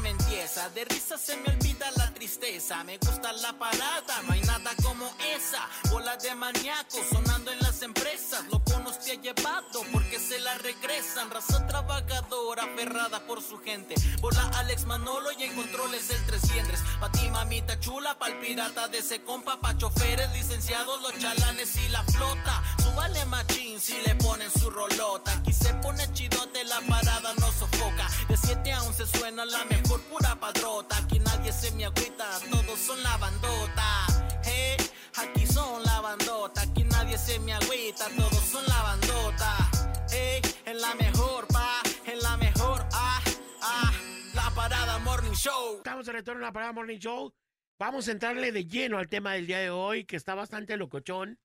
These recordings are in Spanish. tristeza. De risa se me olvida la tristeza. Me gusta la parada, no hay nada como esa. Bolas de maníaco sonando en las empresas. Loco nos te ha llevado porque se la regresan. Raza trabajadora, aferrada por su gente. Bola Alex Manolo y en controles del tres liendres. Pa' ti, mamita chula, pa'l pirata de ese compa. Pa' choferes, licenciados, los chalanes y la flota. Súbale machín si le ponen su rolota. Aquí se pone chidote, la parada no sofoca. De 7 a 11 suena la mejor pura padrota. Aquí nadie se me agüita, todos son la bandota. Hey, aquí son la bandota. Aquí nadie se me agüita, todos son la bandota. Hey, en la mejor, pa, en la mejor, ah, ah. La parada Morning Show. Estamos de retorno a la parada Morning Show. Vamos a entrarle de lleno al tema del día de hoy, que está bastante locochón.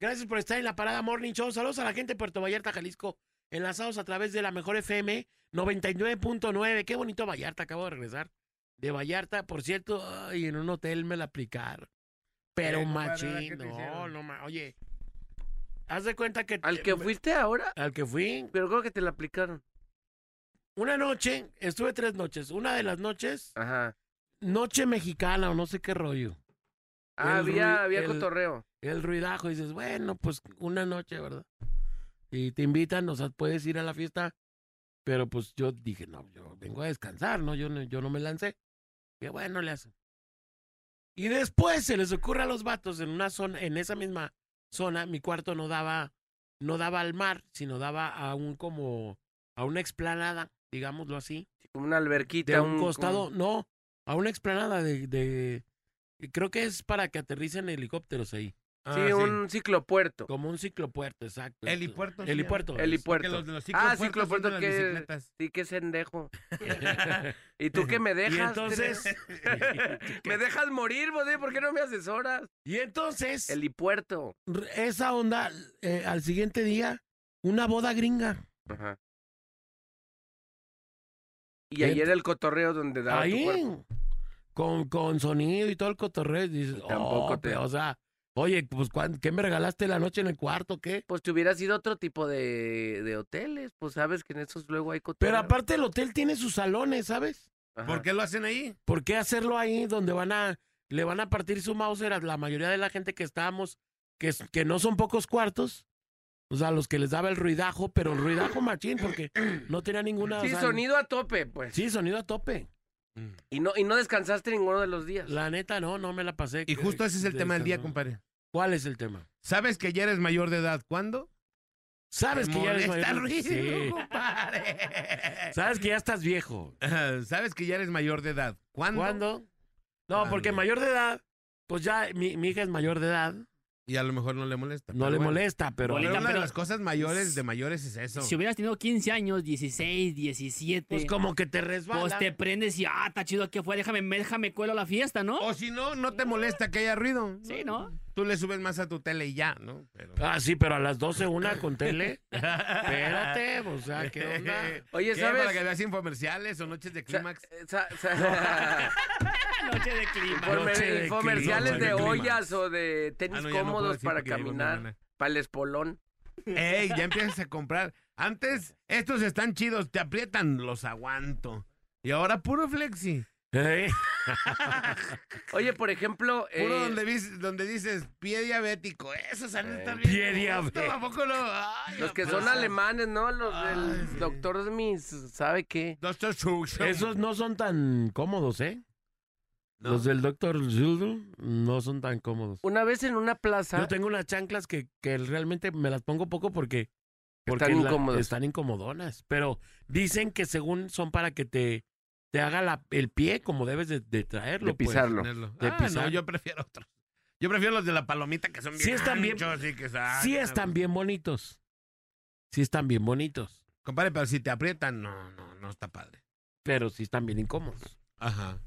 Gracias por estar en la parada Morning Show. Saludos a la gente de Puerto Vallarta, Jalisco, enlazados a través de la mejor FM 99.9. Qué bonito Vallarta, acabo de regresar. De Vallarta, por cierto, ay, en un hotel me la aplicaron. Pero Eh, compadre, ¿ahora machín, qué te no, hicieron? no, ma- oye. Haz de cuenta que... Al que me- fuiste ahora, Al que fui, pero creo que te la aplicaron. Una noche, estuve tres noches. Una de las noches, Ajá. noche mexicana o no sé qué rollo. Ah, El había, Rui- había el- cotorreo. El ruidajo, y dices, bueno, pues una noche, ¿verdad? Y te invitan, o sea, puedes ir a la fiesta. Pero pues yo dije, no, yo vengo a descansar, ¿no? Yo no, yo no me lancé. Que bueno, le hacen. Y después se les ocurre a los vatos en una zona, en esa misma zona, mi cuarto no daba, no daba al mar, sino daba a un como, a una explanada, digámoslo así. Como una alberquita. de un como- costado, no, a una explanada de, de- eh, creo que es para que aterricen helicópteros ahí. Ah, Sí, un ciclopuerto. como un ciclopuerto, exacto. Helipuerto. sí, Helipuerto. porque Helipuerto. los de los Ah, ciclopuertos ciclopuerto son de que- las bicicletas. Sí, qué sendejo. ¿Y tú qué me dejas? y entonces ¿Me dejas morir, bodé? ¿Por qué no me asesoras? y entonces Helipuerto. r- esa onda eh, al siguiente día una boda gringa. Ajá. Y Bien. ayer el cotorreo donde daba Ah, tu ahí cuerpo. con con sonido y todo el cotorreo y dices, Y tampoco "Oh, te- o sea, oye, pues ¿cuán- ¿qué me regalaste la noche en el cuarto qué? Pues te hubiera sido otro tipo de, de hoteles. Pues sabes que en esos luego hay cotorreo. Pero aparte el hotel tiene sus salones, ¿sabes? Ajá. ¿Por qué lo hacen ahí? ¿Por qué hacerlo ahí donde van a le van a partir su Mauser a la mayoría de la gente que estábamos, que, es- que no son pocos cuartos? O sea, los que les daba el ruidajo, pero el ruidajo machín, porque no tenía ninguna. o Sí, sea, sonido a tope, pues. Sí, sonido a tope. Y no, y no descansaste ninguno de los días. La neta, no, no me la pasé. Y que- justo ese es el de tema del día, esta, ¿no? compadre. ¿Cuál es el tema? ¿Sabes que ya eres mayor de edad? ¿Cuándo? Sabes Te que ya eres molesta mayor. el ruido, Sí. compadre. Sabes que ya estás viejo. Ajá, ¿Sabes que ya eres mayor de edad? ¿Cuándo? Ah, ¿Cuándo? No, porque ¿Cuándo? mayor de edad, pues ya mi, mi hija es mayor de edad, no Y a lo mejor no le molesta. le pero bueno. molesta, Pero pero. Oigan, una de pero- las cosas mayores de mayores es eso. Si hubieras tenido 15 años, 16, 17, Pues pues, como que te resbala. te prendes y, ah, está chido aquí afuera, déjame, me- déjame cuelo a la fiesta, ¿no? O si no, no te molesta que haya ruido. Sí, ¿no? Tú le subes más a tu tele y ya, ¿no? Pero- Ah, sí, pero a las 12 una con tele. Espérate, o sea, ¿qué onda? Oye, ¿Qué, ¿sabes? Para que veas infomerciales o noches de Sa- eh, clímax. sa- sa- Noche de clima. Informe- Noche de Infomerciales clima, de noche de ollas o de tenis Ah, no, ya no puedo cómodos decir para porque ya llegó mi caminar, hermana. para el espolón. Ey, ya empiezas a comprar. Antes, estos están chidos, te aprietan, los aguanto. Y ahora puro flexi. ¿Eh? Oye, por ejemplo, Puro eh, donde, vis- donde dices pie diabético. Esos han de estar Eh, bien. pie a gusto, diabético. ¿a poco no? Ay, los que no son puede ser. alemanes, ¿no? Los Ay, del sí. doctor Smith, ¿sabe qué? Doctor Seuss. Esos no son tan cómodos, ¿eh? No. Los del Dr. Zildul no son tan cómodos. Una vez en una plaza, Yo tengo unas chanclas que, que realmente me las pongo poco porque, porque Están incómodas. están incomodonas. Pero dicen que según son para que te, te haga la- el pie como debes de, de traerlo. de pues. pisarlo. Tenerlo. De Ah, pisar. no, yo prefiero otros. Yo prefiero los de la palomita que son bien Sí están bien- anchos y que sa- Sí están bien bonitos. Sí están bien bonitos. Compadre, pero si te aprietan, no, no, no está padre. Pero sí están bien incómodos. Ajá.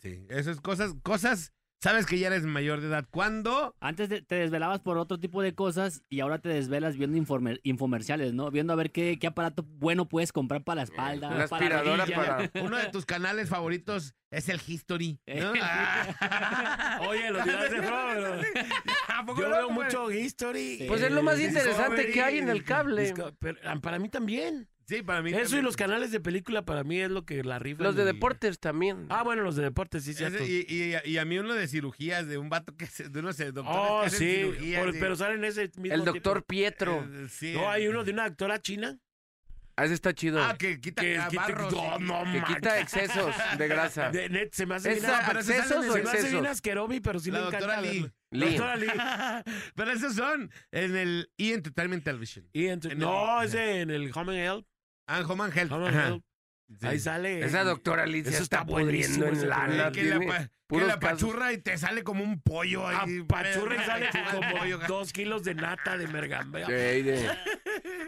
Sí, esas cosas, cosas, sabes que ya eres mayor de edad. ¿Cuándo? Antes de- te desvelabas por otro tipo de cosas y ahora te desvelas viendo informe- infomerciales, ¿no? Viendo a ver qué, qué aparato bueno puedes comprar para la espalda, para Una la aspiradora rodilla. para... Uno de tus canales favoritos es el History. ¿no? Eh. Ah. Oye, los días de Robert. ¿A poco Yo no, veo compadre? mucho History. Sí. Pues es lo más Discovery, interesante que hay en el cable. Disco- pero, ah, para mí también. Sí, para mí. Eso y también. los canales de película para mí es lo que la rifa. Los de deportes también. Ah, bueno, los de deportes, sí, Ese- cierto. y, y- y a mí uno de cirugías, de un vato que se, de unos eh, doctores Oh, que hacen sí, cirugías, por- y- pero salen ese mismo el doctor tipo. Pietro. eh, sí, No, hay eh, uno de una actora china. Ah, ese está chido. Ah, que quita Que, ah, que te- barros no, y- no que manches. quita excesos de grasa. De, net, se me hace bien, Esa- Ah, pero se ¿accesos salen o se me hace bien excesos? asqueromi, pero sí La me encanta doctora Lee. verlo. Lee. Doctora Lee. pero esos son en el E Entertainment Television. Y en tu- En el- E no, ese en el Home and Help. Ah, Home and Health. Home and ajá, Help. sí. Ahí sale. Esa doctora Alicia Eso está, está buenísimo pudriendo ese en Eh, lana. programa. que la, tiene pa- que puros la casos. pachurra y te sale como un pollo ahí. Apachurra y sale Pachurra, pollo, como dos kilos de nata de mergambea. Ey, de,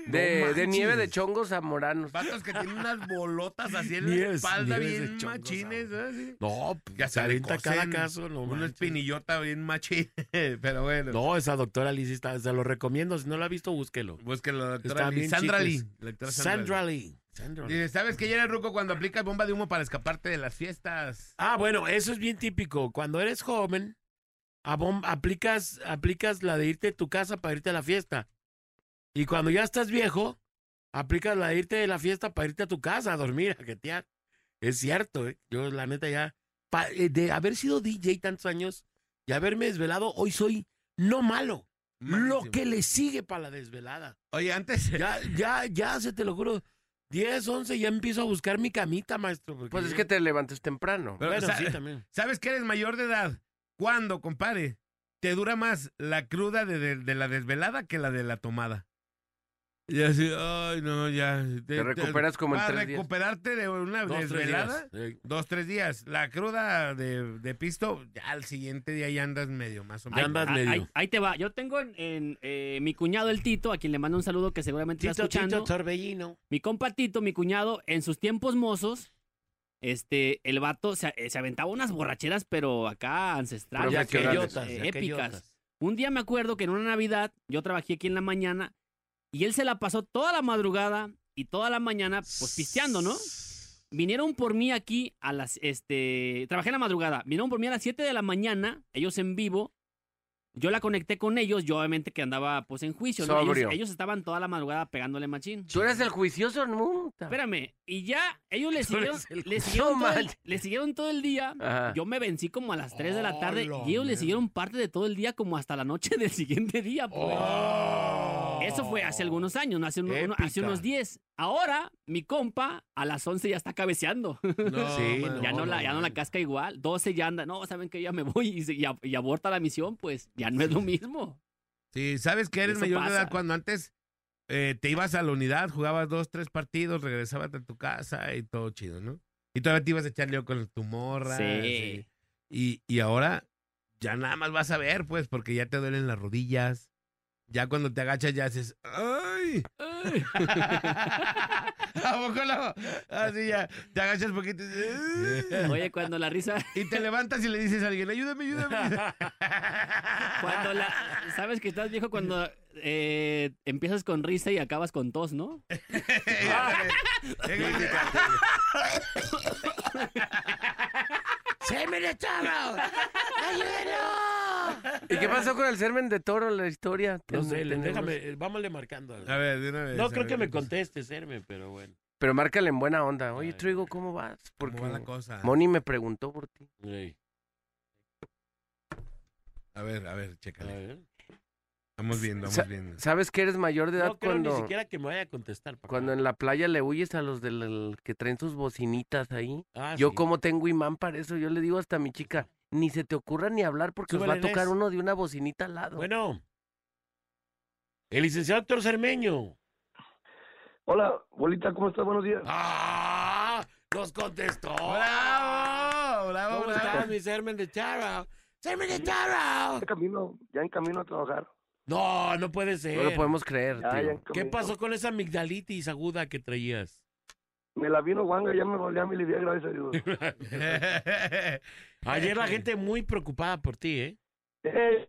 de- No de nieve de manches. chongos zamoranos. Vatos que tienen unas bolotas así en la Nieves- espalda, nieves de bien chongos, machines. ah, ¿no? Así. No, Ya ya se se avienta cocen cada caso. No, Una manches. espinillota bien machín. Pero bueno. No, esa doctora Lee sí está, se lo recomiendo. Si no la ha visto, búsquelo. Búsquenlo, la doctora Está Lee. bien Sandra chicles. Lee. La doctora Sandra Lee. Sandra Lee. Dice, ¿sabes que ya eres ruco cuando aplicas bomba de humo para escaparte de las fiestas? Ah, bueno, eso es bien típico. Cuando eres joven, a bom- aplicas, aplicas la de irte de tu casa para irte a la fiesta. Y cuando ya estás viejo, aplicas la de irte de la fiesta para irte a tu casa a dormir, a jetear. Es cierto, ¿eh? yo la neta ya, pa- eh, de haber sido DJ tantos años y haberme desvelado, hoy soy no malo. Lo Malísimo. que le sigue para la desvelada. Oye, antes... Ya, ya, ya, se te lo juro. 10, 11, ya empiezo a buscar mi camita, maestro. porque Pues es yo- que te levantes temprano. Pero, Bueno, o sea, sí, también. ¿Sabes que eres mayor de edad? ¿Cuándo, compadre? Te dura más la cruda de, de- de la desvelada que la de la tomada. Y así, ay, no, ya. Te recuperas como en para tres días. recuperarte de una Dos, tres desvelada, días. Eh, dos, tres días. La cruda de, de pisto, ya al siguiente día ya andas medio más o Ya menos. andas- Ah, medio. Ahí, ahí te va. Yo tengo en, en, eh, mi cuñado el Tito, a quien le mando un saludo que seguramente está Tito, escuchando. Tito, Torbellino. Mi compa Tito, mi cuñado, en sus tiempos mozos, este, el vato se, eh, se aventaba unas borracheras, pero acá ancestrales, Ya que Profesionales. yotas, eh, ya que épicas. yotas. Un día me acuerdo que en una Navidad yo trabajé aquí en la mañana y él se la pasó toda la madrugada y toda la mañana, pues pisteando, ¿no? Vinieron por mí aquí a las, este, trabajé en la madrugada, vinieron por mí a las 7 de la mañana, ellos en vivo. Yo la conecté con ellos, yo obviamente que andaba pues en juicio, ¿no? Sobrio. Ellos, ellos estaban toda la madrugada pegándole machín. Tú eres el juicioso, ¿no? Espérame, y ya ellos le siguieron, eres el le siguieron todo el, manches. le siguieron todo el día. Ajá. Yo me vencí como a las 3 de la tarde Hola, y ellos le man. siguieron parte de todo el día como hasta la noche del siguiente día. pues. Oh. Eso fue hace algunos años, ¿no? hace, un- uno- hace Épica. unos 10. Ahora, mi compa a las 11 ya está cabeceando. No, Sí, man. ya, no, la, ya no la man. casca igual. 12 ya anda. No, saben que ya me voy y, se- y ab- y aborta la misión, pues ya no es lo mismo. Sí, ¿sabes que eres Eso mayor de edad pasa. cuando antes eh, te ibas a la unidad, jugabas dos, tres partidos, regresabas a tu casa y todo chido, ¿no? Y todavía te ibas a echar lío con tu morra. Sí. así. Y, y ahora ya nada más vas a ver, pues, porque ya te duelen las rodillas. Ya cuando te agachas ya haces, ¡ay! Ay. ¿A poco no? Así ya, te agachas poquito y dices, "Ay". Oye, cuando la risa y te levantas y le dices a alguien, ayúdame, ayúdame. Cuando la, sabes que estás viejo cuando eh, empiezas con risa y acabas con tos, ¿no? ¡Se me le chavo! ¡Ayúdenlo! ¿Y qué pasó con el sermen de toro la historia? No Ten- sé, le- tenemos- déjame, eh, vámonos marcando. A ver, de una vez. No a creo ver que me qué pasa. contestes, Hermen, pero bueno. Pero márcale en buena onda. Ay, Oye, Trigo, ¿cómo vas? Porque ¿Cómo va la cosa? Moni me preguntó por ti. Ey, A ver, a ver, a chécale. ver. Vamos viendo, Sa- vamos viendo. ¿Sabes que eres mayor de edad No creo ni cuando, siquiera que me vaya a contestar. papá. cuando en la playa le huyes a los del el que traen sus bocinitas ahí? Ah, yo sí. como tengo imán para eso, yo le digo hasta a mi chica, ni se te ocurra ni hablar porque os va a Súbele, Inés. tocar uno de una bocinita al lado. Bueno. El licenciado Héctor Cermeño. Hola, bolita, ¿cómo estás? Buenos días. ¡Ah! ¡Nos contestó! ¡Bravo! ¡Bravo, ¿Cómo bravo! estás, mi Sermen de Charo? ¡Sermen de Charo! Ya en camino, ya en camino a trabajar. No, no puede no ser. lo podemos creer. Ya, tío. ya en ¿Qué camino. pasó con esa amigdalitis aguda que traías? Me la vino guanga, ya me volví a mi livia, gracias a Dios. Ayer la gente muy preocupada por ti, ¿eh? Eh,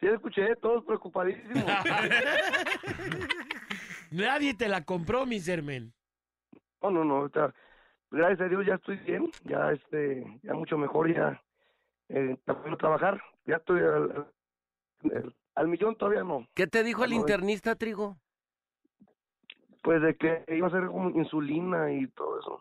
sí, escuché, todos preocupadísimos. Nadie te la compró, mi Sermen. No, no, no, ahorita, gracias a Dios ya estoy bien, ya este, ya mucho mejor, ya eh, también a trabajar. Ya estoy al, al- al millón, todavía no. ¿Qué te dijo el Vamos a ver. internista, Trigo? Pues de que iba a ser como insulina y todo eso.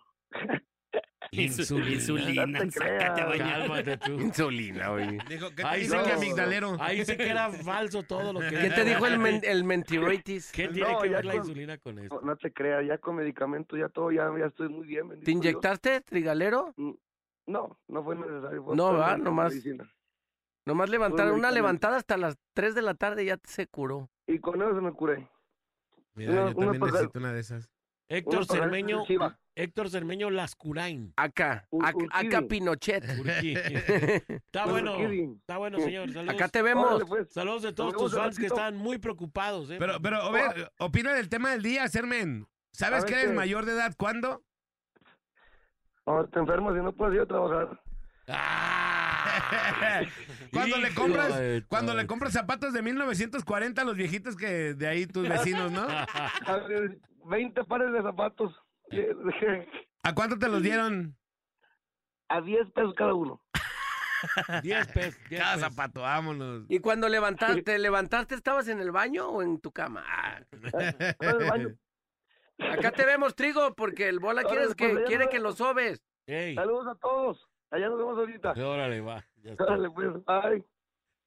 Insulina. Insulina. No te Sácate a creas. bañar. Cálmate tú. Insulina, oye. Dijo, ¿qué te Ahí dijo sí el que- amigdalero? Ahí sí que era falso todo lo que ¿Qué te dijo el, men- el mentiritis? ¿Qué tiene No, que ya ver la con- insulina con esto? No, no te creas, ya con medicamento, ya todo, ya, ya estoy muy bien. bendito ¿Te Dios. inyectaste trigalero? No, no fue necesario. fue No, por ¿verdad? la Nomás. medicina. Nomás levantar Puro una medicamento. levantada hasta las 3 de la tarde ya se curó. Y con eso me curé. Mira, Una- yo una también paja- necesito una de esas. Héctor Una parálisis Cermeño, excesiva. Héctor Cermeño Lascurain. Acá, Un- ac- un acá kidding. Pinochet. Urquí. Está Un bueno, kidding. está bueno, señor. Saludos, Acá te vemos. Pues, Órale, pues. saludos de todos Nos tus vemos al fans que ratito. están muy preocupados. ¿eh? Pero, pero, a ver, opina del tema del día, Sermen. ¿Sabes A ver que eres qué- mayor de edad? ¿Cuándo? No, te enfermas y no puedes ir a trabajar. cuando le Hijo compras, de cuando le tu- compras zapatos de 1940 a los viejitos que de ahí tus vecinos, ¿no? A ver, 20 pares de zapatos. ¿A cuánto te los dieron? A 10 pesos cada uno. 10 pesos. 10 Cada pesos. zapato, vámonos. ¿Y cuando levantaste, te levantaste estabas en el baño o en tu cama? Ah, Fuera del baño. acá te vemos, Trigo, porque el bola Órale, quieres pues, que, allá quiere nos que lo vemos. sobes. Ey, Saludos a todos. Allá nos vemos ahorita. órale, va. Ya está. Órale, pues. Bye. Ahí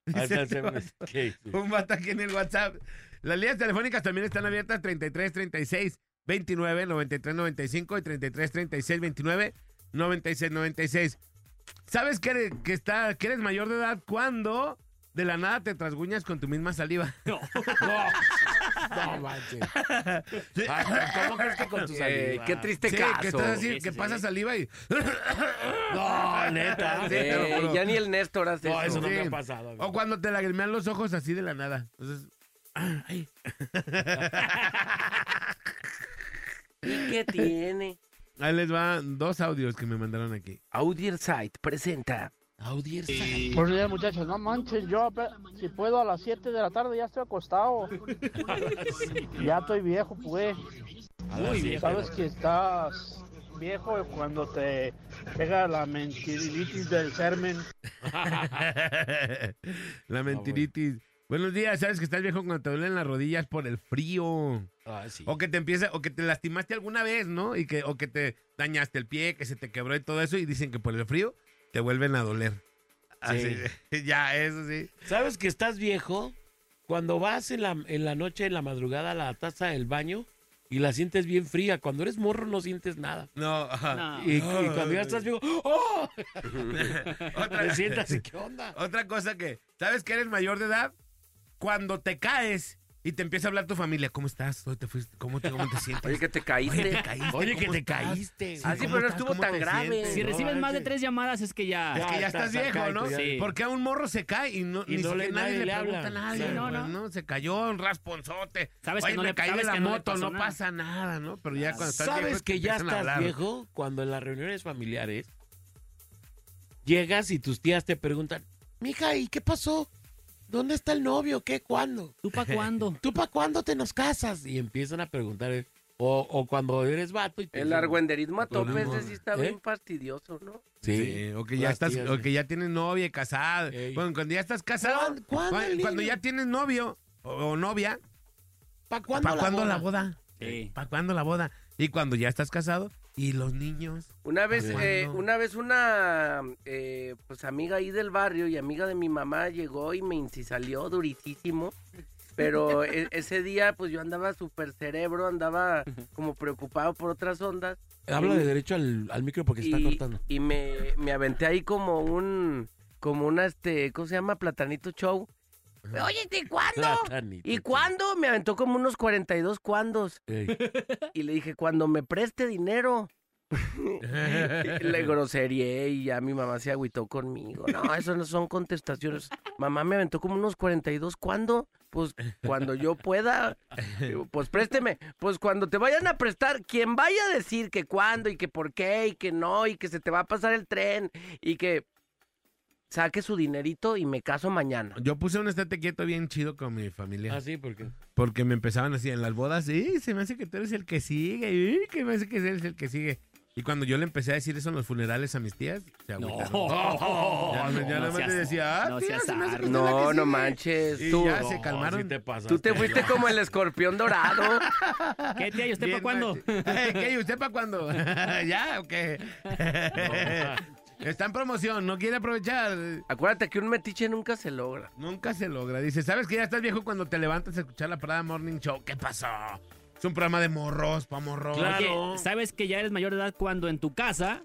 está el Dice, Cermeño. Ok. Un vato aquí en el WhatsApp. Las líneas telefónicas también están abiertas 33 36 29 93 95 y 33 36 29 96 96. ¿Sabes que eres, que está, que eres mayor de edad cuando de la nada te trasguñas con tu misma saliva? No manches. Ay, ¿Cómo crees que con tus Eh, saliva? qué triste Sí, caso. que estás así, Sí, que sí, pasa sí. saliva y... No, neta. Sí, Eh, te lo juro. ya ni el Néstor hace No, eso eso. no me Sí. ha pasado. O cuando te lagrimean los ojos así de la nada. Entonces, ah, ay. ¿Y qué tiene? Ahí les van dos audios que me mandaron aquí. Audier Site presenta. Audiencia. Buenos días, muchachos. No manchen, yo ape- si puedo a las 7 de la tarde ya estoy acostado. ya estoy viejo, pues. Muy bien. Sabes que estás viejo cuando te pega la mentiritis del sermen. la mentiritis. Buenos días, sabes que estás viejo cuando te duelen las rodillas por el frío. Ah, sí. O que te empieza, o que te lastimaste alguna vez, ¿no? Y que, o que te dañaste el pie, que se te quebró y todo eso, y dicen que por el frío te vuelven a doler. Así, ya, eso sí. ¿Sabes que estás viejo? Cuando vas en la, en la noche, en la madrugada, a la taza del baño y la sientes bien fría. Cuando eres morro no sientes nada. No, ajá. No. Y, y cuando ya estás viejo, ¡oh! Otra- Te sientas y qué onda. Otra cosa que, ¿sabes que eres mayor de edad? Cuando te caes y te empieza a hablar tu familia, ¿cómo estás? ¿Dónde te fuiste? ¿Cómo te, cómo te sientes? Oye, que te Oye, caíste. te caíste. Oye, que ¿cómo te estás? caíste. Ah, sí, ¿cómo pero no estás? estuvo ¿Cómo tan te grave. sientes? Si No recibes más de Ah, tres llamadas es que ya... Es que ya estás viejo, ¿no? ya. Sí. Porque a un morro se cae y no, Y ni no le- siquiera nadie nadie le le pregunta a habla. nadie. Sí, no, pues, no. Se cayó un rasponzote. Sabes Oye, que no me le- caí de sabes la que no le moto, pasó no nada. pasa nada, ¿no? Pero ya cuando estás viejo ¿Sabes te que ya empiezan a estás hablar. viejo cuando en las reuniones familiares llegas y tus tías te preguntan, mija, ¿y qué pasó? ¿Dónde está el novio? ¿Qué? ¿Cuándo? ¿Tú pa' cuándo? ¿Tú para cuándo te nos casas? Y empiezan a preguntar, eh, o, o cuando eres vato. Y te El dicen, argüenderismo a Con tope, amor. ese sí está ¿Eh? bien fastidioso, ¿no? Sí. Sí, o que ya Las estás, tías, o güey. que ya tienes novia y casada. Ey. Bueno, cuando ya estás casado, ¿Cuán- cuándo cuan- el cuando niño? ya tienes novio o, o novia, ¿Para cuándo, ¿para la, cuándo boda? la boda? Sí. ¿Para cuándo la boda? Y cuando ya estás casado, y los niños. Una vez, Ajá. eh, Cuando- una vez una eh, pues amiga ahí del barrio y amiga de mi mamá llegó y me incisalió durísimo. Pero e- ese día, pues yo andaba súper cerebro, andaba como preocupado por otras ondas. Habla de derecho al, al micro porque se está y cortando. y me, me aventé ahí como un, como una, este, ¿cómo se llama? Platanito show. Oye, ¿y cuándo? Platanito. ¿Y cuándo? Me aventó como unos 42 cuándos. Ey. Y le dije, cuando me preste dinero. Le grosería y ya mi mamá se agüitó conmigo. No, eso no son contestaciones. Mamá me aventó como unos 42. ¿Cuándo? Pues cuando yo pueda. Digo, Pues présteme. Pues cuando te vayan a prestar, quien vaya a decir que cuándo y que por qué y que no y que se te va a pasar el tren y que saque su dinerito y me caso mañana. Yo puse un estate quieto bien chido con mi familia. Ah, sí, porque... Porque me empezaban así en las bodas, sí, se me hace que tú eres el que sigue, y que me hace que eres el que sigue. Y cuando yo le empecé a decir eso en los funerales a mis tías, se agüitaron. ya no, ya nada más seas- le decía, ah, no tía, seas se me hace que arro. usted es la No, que no sigue". manches. Y Tú, ya se calmaron. sí te pasaste, tú te fuiste Lola. como el escorpión dorado. ¿Qué tía? ¿Y usted Bien para cuándo? machi- Eh, ¿Qué? ¿Y usted para cuándo? ¿Ya o qué? Está en promoción, no quiere aprovechar. Acuérdate que un metiche nunca se logra. Nunca se logra. Dice, ¿sabes que ya estás viejo cuando te levantas a escuchar la Parada Morning Show? ¿Qué pasó? Es un programa de morros, pa' morros. Claro. Oye, sabes que ya eres mayor de edad cuando en tu casa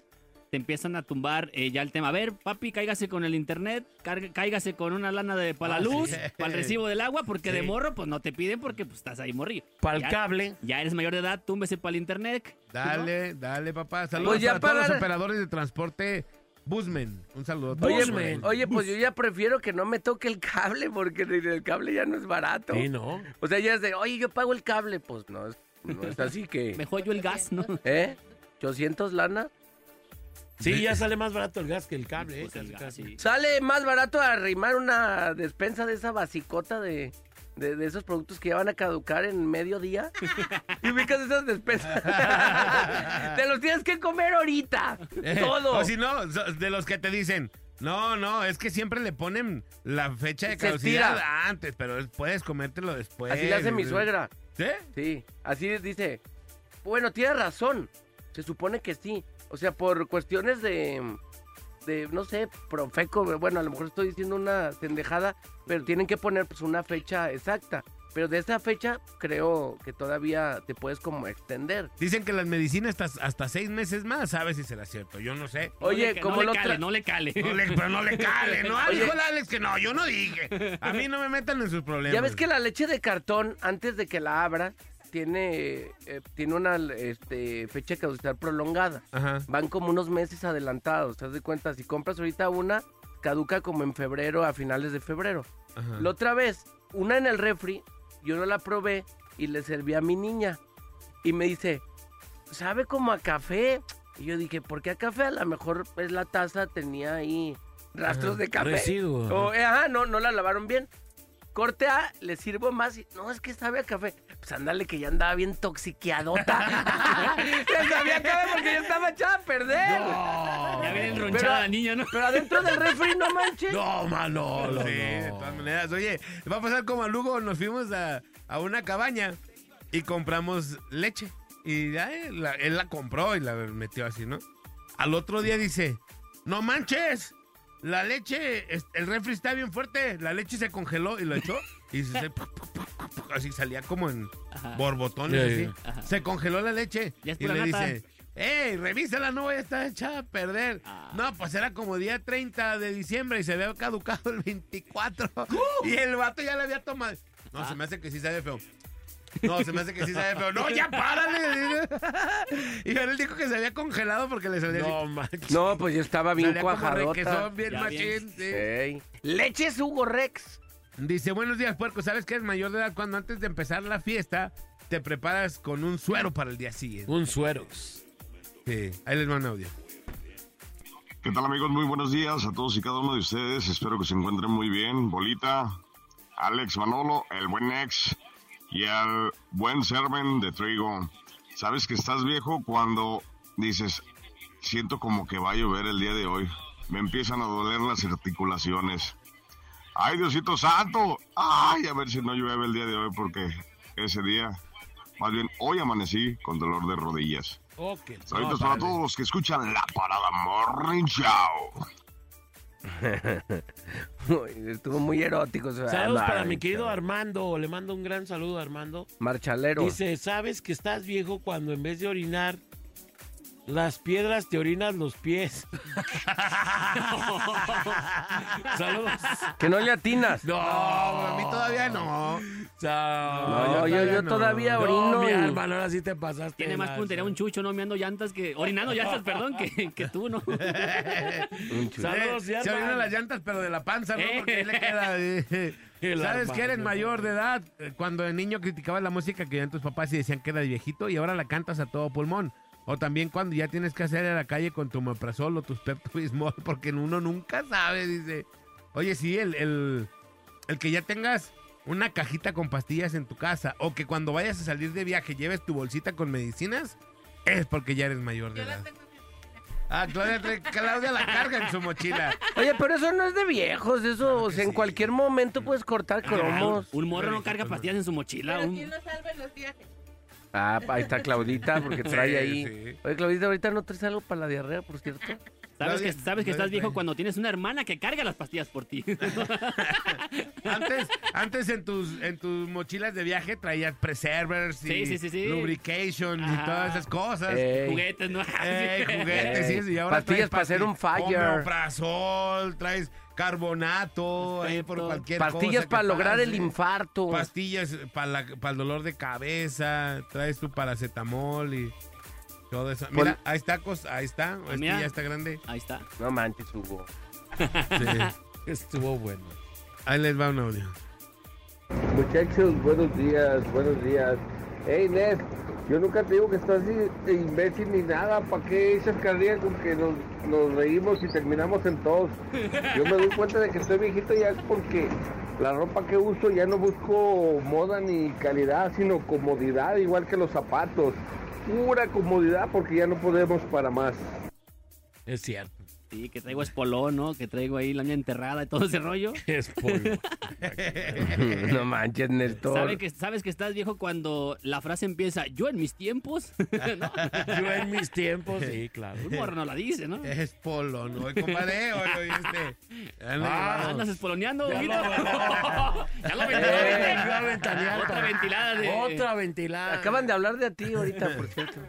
te empiezan a tumbar eh, ya el tema. A ver, papi, cáigase con el internet, cargue- cáigase con una lana de para la Ah, luz, sí. para el recibo del agua, porque de Sí. morro pues no te piden porque pues, estás ahí morrido. Pa'l Ya- cable. Ya eres mayor de edad, túmbese para el internet. Dale, dale, papá. Saludos Pues para, ya todos para- los operadores de transporte Busmen. Un saludo. Oye, Busman. oye, pues yo ya prefiero que no me toque el cable porque el cable ya no es barato. Sí, no. O sea, ya es de, oye, yo pago el cable. Pues no, es, no es así que. Mejor yo el gas, ¿no? ¿Eh? ¿800 lana? Sí, ya sale más barato el gas que el cable. ¿eh? Pues, el gas, sí. Sale más barato arrimar una despensa de esa basicota de, de, de esos productos que ya van a caducar en mediodía. y ubicas esas despensas. Te los tienes que comer ahorita. Eh, Todo. O si no, so- de los que te dicen, no, no, es que siempre le ponen la fecha de Se caducidad estira. antes, pero es- puedes comértelo después. Así le hace mi suegra. ¿Sí? Sí, así dice. Bueno, tiene razón. Se supone que sí. O sea, por cuestiones de, de no sé, profeco. Bueno, a lo mejor estoy diciendo una pendejada, pero tienen que poner pues una fecha exacta. Pero de esa fecha creo que todavía te puedes como extender. Dicen que las medicinas hasta, hasta seis meses más, sabes si será cierto. Yo no sé. No Oye, le ca- como no lo le cale, tra- no le cale. No le- pero no le cale, ¿no? Ah, Oye. Dijo el Alex que no, yo no dije. A mí no me metan en sus problemas. Ya ves que la leche de cartón, antes de que la abra, tiene, eh, tiene una este, fecha de caducidad prolongada. Ajá. Van como unos meses adelantados, te das de cuenta. Si compras ahorita una, caduca como en febrero, a finales de febrero. ajá. La otra vez, una en el refri, yo no la probé y le serví a mi niña. Y me dice, ¿sabe como a café? Y yo dije, ¿por qué a café? A lo mejor pues, la taza tenía ahí rastros de café. Residuo. O, eh, ajá, no, no la lavaron bien. Corte A, le sirvo más. y, no, es que sabe a café. Pues ándale, que ya andaba bien toxiqueadota. ya sabía café porque ya estaba echada a perder. Ya viene enronchada la niña, ¿no? Pero adentro del refri no manches. No, mano. sí, de todas maneras. Oye, va a pasar como a Lugo, nos fuimos a, a una cabaña y compramos leche. Y ya él la, él la compró y la metió así, ¿no? Al otro día dice, no manches, la leche, es- el refri está bien fuerte, la leche se congeló y lo echó. Y se, así salía como en Ajá. borbotones Ya, ya, así. Se congeló la leche. Ya es y pura le nata. dice, ¡Ey, revísala, no voy a estar echada a perder! Ah. No, pues era como día 30 de diciembre y se había caducado el 24. Y el vato ya le había tomado. No, Ah. se me hace que sí sabe feo. No, se me hace que sí sabe feo. ¡No, ya párale! y él dijo que se había congelado porque le salía así. No, manches. No, pues yo estaba bien Salía como de cuajadota. quesón, bien Ya machín, bien. sí. Ey. Leches Hugo Rex. Dice, buenos días, puerco. ¿Sabes que es mayor de edad cuando antes de empezar la fiesta te preparas con un suero para el día siguiente? Un suero. Sí. Ahí les mando audio. ¿Qué tal amigos? Muy buenos días a todos y cada uno de ustedes. Espero que se encuentren muy bien. Bolita, Alex Manolo, el buen ex y al buen serven de trigo. Sabes que estás viejo cuando dices, siento como que va a llover el día de hoy. Me empiezan a doler las articulaciones. ¡Ay, Diosito Santo! ¡Ay, a ver si no llueve el día de hoy porque ese día, más bien hoy amanecí con dolor de rodillas. Ok. Saludos para todos los que escuchan La Parada Morning Show. Uy, Estuvo muy erótico. ese- Saludos Ah, para ay, mi querido chaval. Armando. Le mando un gran saludo a Armando. Marchalero. Dice, ¿sabes que estás viejo cuando en vez de orinar las piedras te orinas los pies? Saludos. Que no le atinas. No, A mí todavía no. No, No, yo, yo no. todavía orino. mi y- hermano, ahora sí te pasaste. Tiene de más lanza. puntería un chucho, no meando llantas que. Orinando llantas, perdón, que, que tú, ¿no? Saludos, Eh, ya, se abrieron man. las llantas, pero de la panza, ¿no? Eh. Porque ahí le queda. eh. El ¿Sabes Armando. que eres mayor de edad? Eh, Cuando de niño criticabas la música que ya tus papás y decían que era de viejito y ahora la cantas a todo pulmón. O también cuando ya tienes que hacer a la calle con tu meprazol o tus Pepto Bismol, porque uno nunca sabe, dice. Oye, sí, el, el, el que ya tengas una cajita con pastillas en tu casa o que cuando vayas a salir de viaje lleves tu bolsita con medicinas, es porque ya eres mayor de edad. Ah, Claudia, trae- Claudia la carga en su mochila. Oye, pero eso no es de viejos, eso, o sea, en cualquier momento puedes cortar cromos. Un morro no carga pastillas en su mochila. Pero un- ¿quién lo salva en los viajes? Ah, ahí está Claudita, porque trae Sí, ahí. sí. Oye, Claudita, ahorita no traes algo para la diarrea, por cierto. Sabes Nadie- que, sabes que nadie estás viejo trae. cuando tienes una hermana que carga las pastillas por ti. Antes, antes en tus en tus mochilas de viaje traías preservers y Sí, sí, sí, sí. lubrication y Ajá. todas esas cosas. Ey. Juguetes, ¿no? Ey, juguetes, Ey. sí, y ahora Pastillas traes para hacer un fire. Omeprazol, traes carbonato, ahí por Perfecto. cualquier cosa Pastillas que para lograr el pase. infarto. Pastillas para, la- para el dolor de cabeza, traes tu paracetamol y todo eso. Mira, ahí está, cos- ahí está, ahí mira. ya está grande. Ahí está. No manches, Hugo. Estuvo bueno. Ahí les va un audio. Muchachos, buenos días, buenos días. Hey, Ned, yo nunca te digo que estás i- imbécil ni nada. ¿Para qué echas carrilla con que nos, nos reímos y terminamos en todos? Yo me doy cuenta de que estoy viejito ya porque la ropa que uso ya no busco moda ni calidad, sino comodidad, igual que los zapatos. Pura comodidad porque ya no podemos para más. Es cierto. Sí, que traigo espolón, ¿no? Que traigo ahí la mía enterrada y todo ese rollo. Es polvo. no manches, ¿Sabe Néstor. que, sabes que estás viejo cuando la frase empieza, yo en mis tiempos, ¿no? Yo en mis tiempos, sí, claro. Un morro no la dice, ¿no? Es polo, ¿no? Oye, Compadre, oye, oye, este. Dale, Ah, vamos. andas espoloneando, ojito. ya lo Eh, iba a ventilaste. ventanear. Otra ventilada de- Otra ventilada. Acaban de hablar de ti ahorita, por cierto.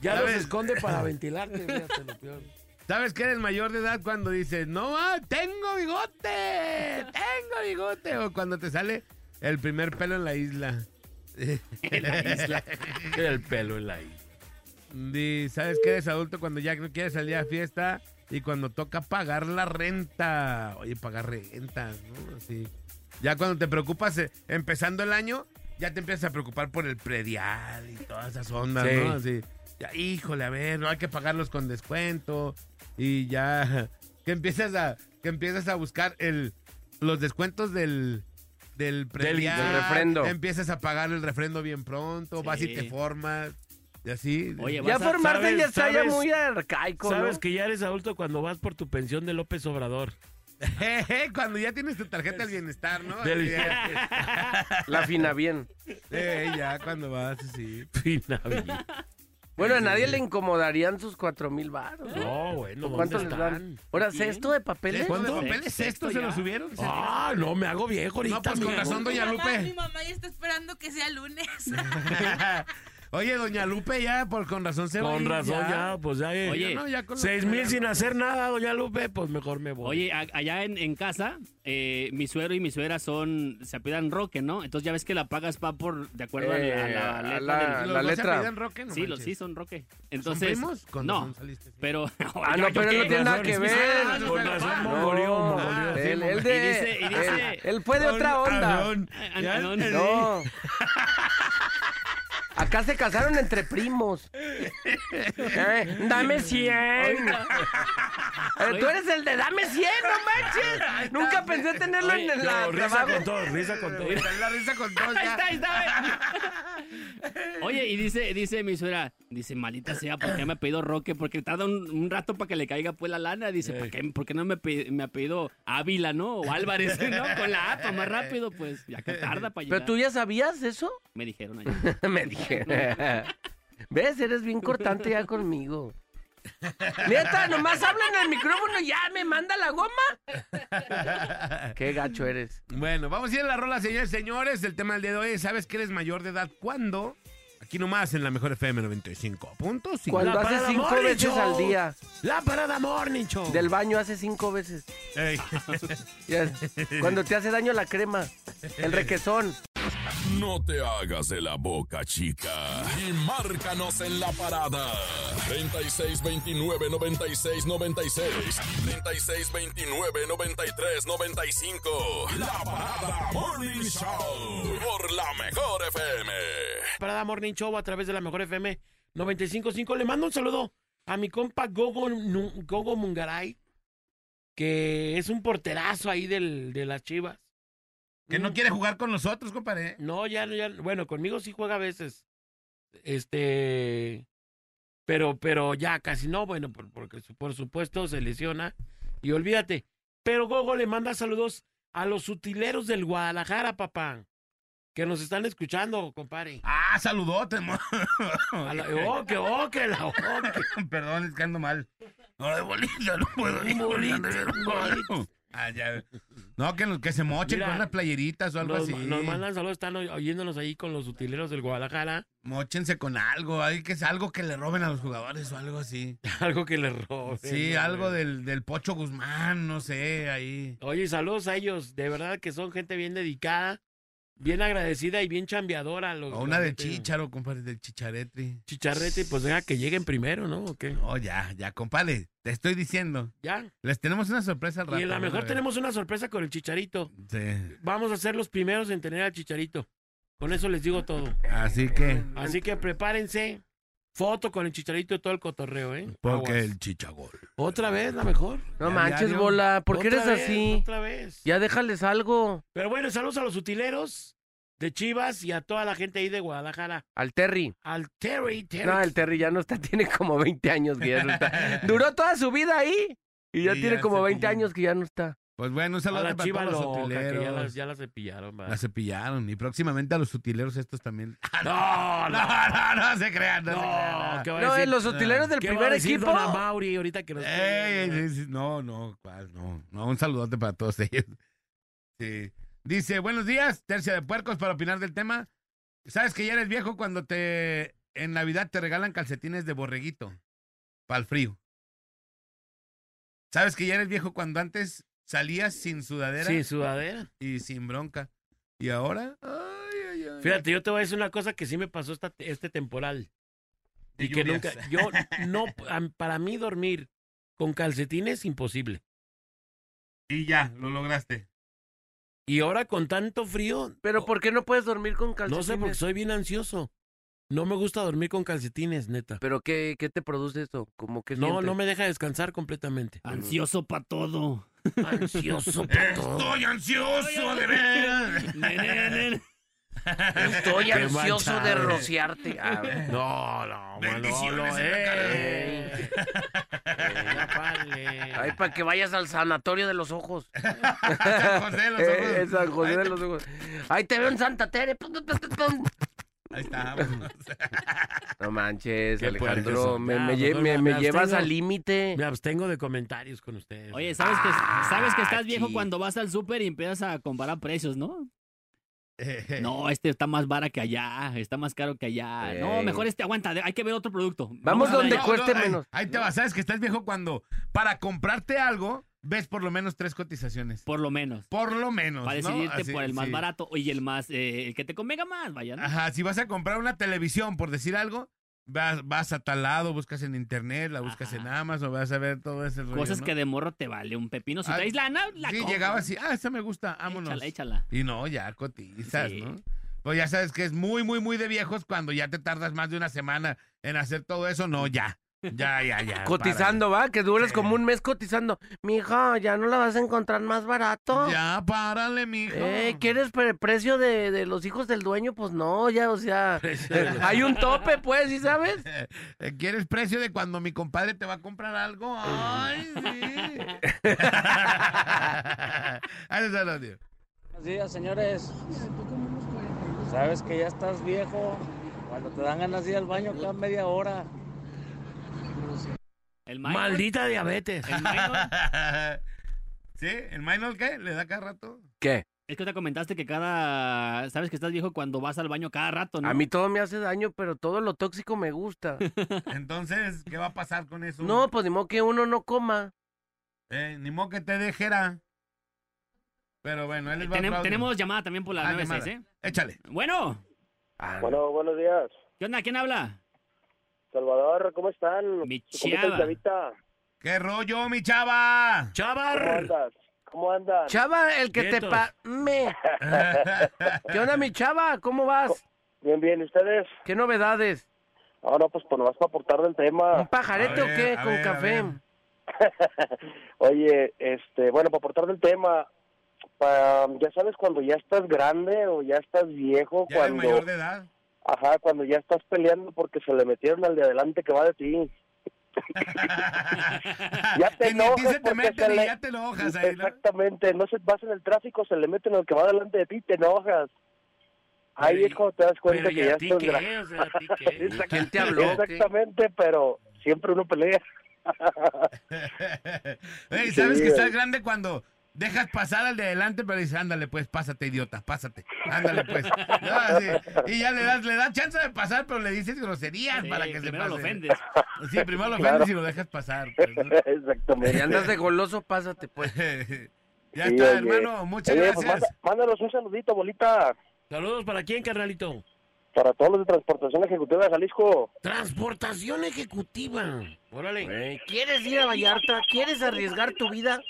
Ya los ¿Sabes? esconde para ventilarte. fíjate lo peor. ¿Sabes que eres mayor de edad cuando dices, no, ah, tengo bigote? Tengo bigote. O cuando te sale el primer pelo en la isla. El pelo en la isla. Di, ¿Sabes que eres adulto cuando ya no quieres salir a fiesta y cuando toca pagar la renta? Oye, pagar renta, ¿no? Así. Ya cuando te preocupas eh, empezando el año, ya te empiezas a preocupar por el predial y todas esas ondas, Sí. ¿no? Así. Ya, híjole, a ver, no hay que pagarlos con descuento y ya que empiezas a que empiezas a buscar el los descuentos del del predial, Em, del refrendo. Empiezas a pagar el refrendo bien pronto, vas y Sí. te formas y así. Oye, Ya vas a... formarte sabes- ya está ya sabes- muy arcaico, ¿no? Sabes que ya eres adulto cuando vas por tu pensión de López Obrador. Jeje, Eh, Cuando ya tienes tu tarjeta del bienestar, ¿no? Del- Ya, La fina bien. eh, ya, cuando vas, sí. Finavi. Bueno, a nadie le incomodarían sus cuatro mil baros. ¿no? No, bueno, ¿dónde ¿Cuánto les dan? están? Ahora, Bien. ¿esto de papeles? ¿Cuándo ¿Sexto papeles estos se ya? los subieron? Ah, no, me hago viejo ahorita. No, pues con mi razón, amor. doña mi, mamá, mi Lupe. mamá ya está esperando que sea lunes. Oye, doña Lupe, ya, por con razón se va. a Con ir, razón, ya, pues ya. eh, Oye, No, ya con los- seis mil sin hacer nada, doña Lupe, pues mejor me voy. Oye, a- allá en, en casa, eh, mi suegro y mi suegra son, se apidan Roque, ¿no? Entonces ya ves que la pagas pa por, de acuerdo a la- Eh, a la, letra a la- del- Los la dos se letra. apellidan Roque, no Sí, los, manches. sí, son Roque. ¿Son Entonces, primos? Con no, razón saliste, sí. pero... Ah, no, pero él no tiene nada que ver. Ah, no, Con pero- razón, ah, mongolió, No, ah, mongolió. sí, él, él Y de, dice- y dice- él, él fue de otra Con onda. razón. An- Ya, Anón. eh, No. Acá se casaron entre primos. Eh, dame 100. Eh, tú eres el de dame 100, no manches. Nunca pensé tenerlo en Oye, el Pero la- risa trabajo. con todo, Oh, risa con todo. está en la risa con todos Ahí ya. está, ahí está, güey. Oye, y dice, dice mi suegra, dice, malita sea, ¿por qué me ha pedido Roque? Porque tarda un, un rato para que le caiga pues la lana. Eh. Dice, ¿por qué, por qué no me, pe- me ha pedido Ávila, no? O Álvarez, ¿no? Con la APA más rápido, pues, ya que tarda para llegar. ¿Pero tú ya sabías eso? Me dijeron ayer. Me dije. ¿Ves? Eres bien cortante ya conmigo. Neta, nomás hablan al micrófono y ya me manda la goma. Qué gacho eres. Bueno, vamos a ir a la rola, señores, señores. El tema del día de hoy es, ¿sabes que eres mayor de edad cuándo? Aquí nomás en la mejor FM 95.5. Cuando La haces parada cinco morning veces show. al día. La parada morning show. Del baño hace cinco veces. Ey. Ya, Cuando te hace daño la crema. El requesón. No te hagas de la boca chica y márcanos en la parada. 36 29 96 96 36 29 93 95 La parada Morning Show por la mejor FM. Parada Morning Show a través de la mejor FM 95.5. Le mando un saludo a mi compa Gogo, Nu- Gogo Mungaray, que es un porterazo ahí del, de las chivas. que no Mm, quiere jugar con nosotros, compadre. No, ya, no, ya, bueno, conmigo sí juega a veces. Este, Pero, pero ya casi no, bueno, por- porque su- por supuesto se lesiona y olvídate. Pero Gogo le manda saludos a los utileros del Guadalajara, papá, que nos están escuchando, compadre. Ah, saludote, mo- A la- oh, que- oh, que la- oh, que- Perdón, es que ando mal. No, de bolita, no puedo. ir, ando bien malo. Ah, ya. No, que, nos- que se mochen Mira, con unas playeritas o algo nos, así. Nos mandan saludos, están oy- oyéndonos ahí con los utileros del Guadalajara. Móchense con algo, hay que es algo que le roben a los jugadores o algo así. algo que les roben. Sí, ¿no, algo güey? del, del Pocho Guzmán, no sé, ahí. Oye, saludos a ellos. De verdad que son gente bien dedicada, bien agradecida y bien chambeadora. Los, O una la de gente. Chicharo, compadre, del Chicharetri. Chicharrete, pues venga que lleguen primero, ¿no? ¿O qué? No, ya, ya, compadre, te estoy diciendo. Ya. Les tenemos una sorpresa al rato. Y a lo van a mejor ver. tenemos una sorpresa con el chicharito. Sí. Vamos a ser los primeros en tener al chicharito. Con eso les digo todo. Así que, Así que prepárense. Foto con el chicharito y todo el cotorreo, ¿eh? porque Aguas. el Chichagol. Otra vez, la mejor. No manches, bola, ¿por qué Otra eres vez, así? Otra vez. Ya déjales algo Pero bueno, saludos a los utileros de Chivas y a toda la gente ahí de Guadalajara. al Terry. Al Terry, Terry. No, el Terry ya no está, tiene como 20 años que ya no está. Duró toda su vida ahí y ya Sí, tiene ya como se 20 pilló. años que ya no está. Pues bueno, un a saludo la para Chiva todos los loca, que ya utileros. la, ya la cepillaron. va. La cepillaron. Y próximamente a los sutileros estos también. No, no, no, Ah, no, se crean, no, se crean. No, ¿qué va a No, decir? eh, los utileros del ¿Qué va a primer decir equipo. Don Amauri ahorita que nos... Ey, ey, sí, sí, no, no, cuál, no, no, un saludote para todos ellos. Sí. Dice, buenos días, tercia de puercos, para opinar del tema. ¿Sabes que ya eres viejo cuando te en Navidad te regalan calcetines de borreguito para el frío? ¿Sabes que ya eres viejo cuando antes salías sin sudadera Sin sudadera. y sin bronca? Y ahora, ay, ay, ay. Fíjate, yo te voy a decir una cosa que sí me pasó esta, este temporal. De Y que lluvias. nunca... Yo no... a- Para mí dormir con calcetines imposible. Y ya, lo lograste. Y ahora con tanto frío... Pero ¿por qué no puedes dormir con No calcetines? sé, porque soy bien ansioso. No me gusta dormir con calcetines, neta. ¿Pero qué, qué te produce eso? Como que No, sientes? Mm. no me deja descansar completamente. Ansioso para todo. Ansioso para todo. Estoy ansioso de ver. Ne, ne, ne, ne. Estoy Qué ansioso de manchado. rociarte. Ah, bueno. No, no, Manolo, Bendiciones en la cara. eh. Eh, ya párale. Ay, para que vayas al sanatorio de los ojos. San José de los Eh, Ojos. eh, San José Ahí de te- los ojos. Ahí te veo en Santa Tere. Pum, pum, pum, pum. Ahí está, vámonos. No manches, Qué Alejandro. puercoso. Me, Ya, me lle- doctor, me- me me abstengo. llevas al límite. Me abstengo de comentarios con ustedes. Oye, ¿sabes que, sabes que estás viejo sí. cuando vas al súper y empiezas a comparar precios, ¿no? No, este está más vara que allá, está más caro que allá. No, Ey. mejor este aguanta, de- hay que ver otro producto. Eh. Vamos a ver donde allá. cueste ahí- menos. Ahí, te vas, sabes que estás viejo cuando para comprarte algo ves por lo menos tres cotizaciones. Por lo menos. Por lo menos. Para ¿no? decidirte Así, por el más sí. barato y el más, eh, el que te convenga más, vaya, ¿no? Ajá, si vas a comprar una televisión, por decir algo, vas, vas a tal lado, buscas en internet, la buscas Ajá. en Amazon, vas a ver todo ese rollo. Cosas ¿no? que de morro te vale un pepino. Si Ah, traes lana, la Sí, compras. llegaba así, ah, esta me gusta, vámonos. Échala, échala. Y no, ya cotizas, Sí. ¿no? Pues ya sabes que es muy, muy, muy de viejos cuando ya te tardas más de una semana en hacer todo eso. No, ya. Ya, ya, ya. Cotizando, ¿va? Que duras Sí. como un mes cotizando. Mija, ya no la vas a encontrar más barato. párale. Ya, párale, mijo. Eh, ¿Quieres pre- precio de, de los hijos del dueño? Pues no, ya, o sea, hay un tope, pues, ¿sí sabes? Eh, ¿Quieres precio de cuando mi compadre te va a comprar algo? Ah, Ay, sí. Ahí está el audio. Buenos días, señores. Sabes que ya estás viejo. Cuando te dan ganas de ir al baño, cada media hora. El Minor, Maldita diabetes. el Minor. ¿Sí? ¿El Minor qué? ¿Le da cada rato? ¿Qué? Es que te comentaste que cada. Sabes que estás viejo cuando vas al baño cada rato, ¿no? A mí todo me hace daño, pero todo lo tóxico me gusta. Entonces, ¿qué va a pasar con eso? No, pues ni modo que uno no coma. Eh, ni modo que te dejera. Pero bueno, él les va Eh, Tenem- otro audio. tenemos llamada también por la Ah, 96, llamada. ¿eh? Échale. Bueno, Ah, no. Bueno, buenos días. ¿qué onda? ¿Quién habla? Salvador, ¿cómo están? Mi Su compita el chava. Chavita, ¿Qué rollo, mi chava? ¿cómo Chavar. andas? ¿Cómo andas? Chava, Ah, el que te Vientos. pa... Me. ¿Qué onda, mi chava? ¿Cómo vas? Bien, bien, ¿y ustedes? ¿Qué novedades? Ahora, pues, pues nomás para aportar del ¿Un tema. pajarete A o ver, qué? a Con ver, a café. ver. Oye, este, bueno, para aportar del tema, pa- ya sabes cuando ya estás grande o ya estás viejo, ¿Ya eres cuando mayor de edad? Ajá, cuando ya estás peleando porque se le metieron al de adelante que va de ti. ya te Que ni a ti enojas se te porque meten se y le- ya te enojas ahí, ¿no? Exactamente, no se vas en el tráfico, se le meten al que va delante de ti y te enojas. Ahí Pero, es cuando te das cuenta pero, ¿y que a ya ti estás qué? gra- O sea, ¿a ti qué? Exact- ¿Quién te habló, o qué? Exactamente, pero siempre uno pelea. Ey, ¿sabes Sí, que estás güey. grande cuando dejas pasar al de adelante, pero dices, ándale pues, pásate, idiota, pásate, ándale pues. No, así, y ya le das, le das chance de pasar, pero le dices groserías para que se primero pase. lo ofendes. Sí, primero lo Claro. ofendes y lo dejas pasar. pues, ¿no? Exactamente. Si andas de goloso, pásate, pues. ya Sí, está, oye. hermano, muchas Oye, pues, gracias. manda- mándanos un saludito, bolita, Saludos para quién, carnalito. para todos los de Transportación Ejecutiva de Jalisco. Transportación ejecutiva. Órale. ¿Quieres ir a Vallarta? ¿Quieres arriesgar tu vida?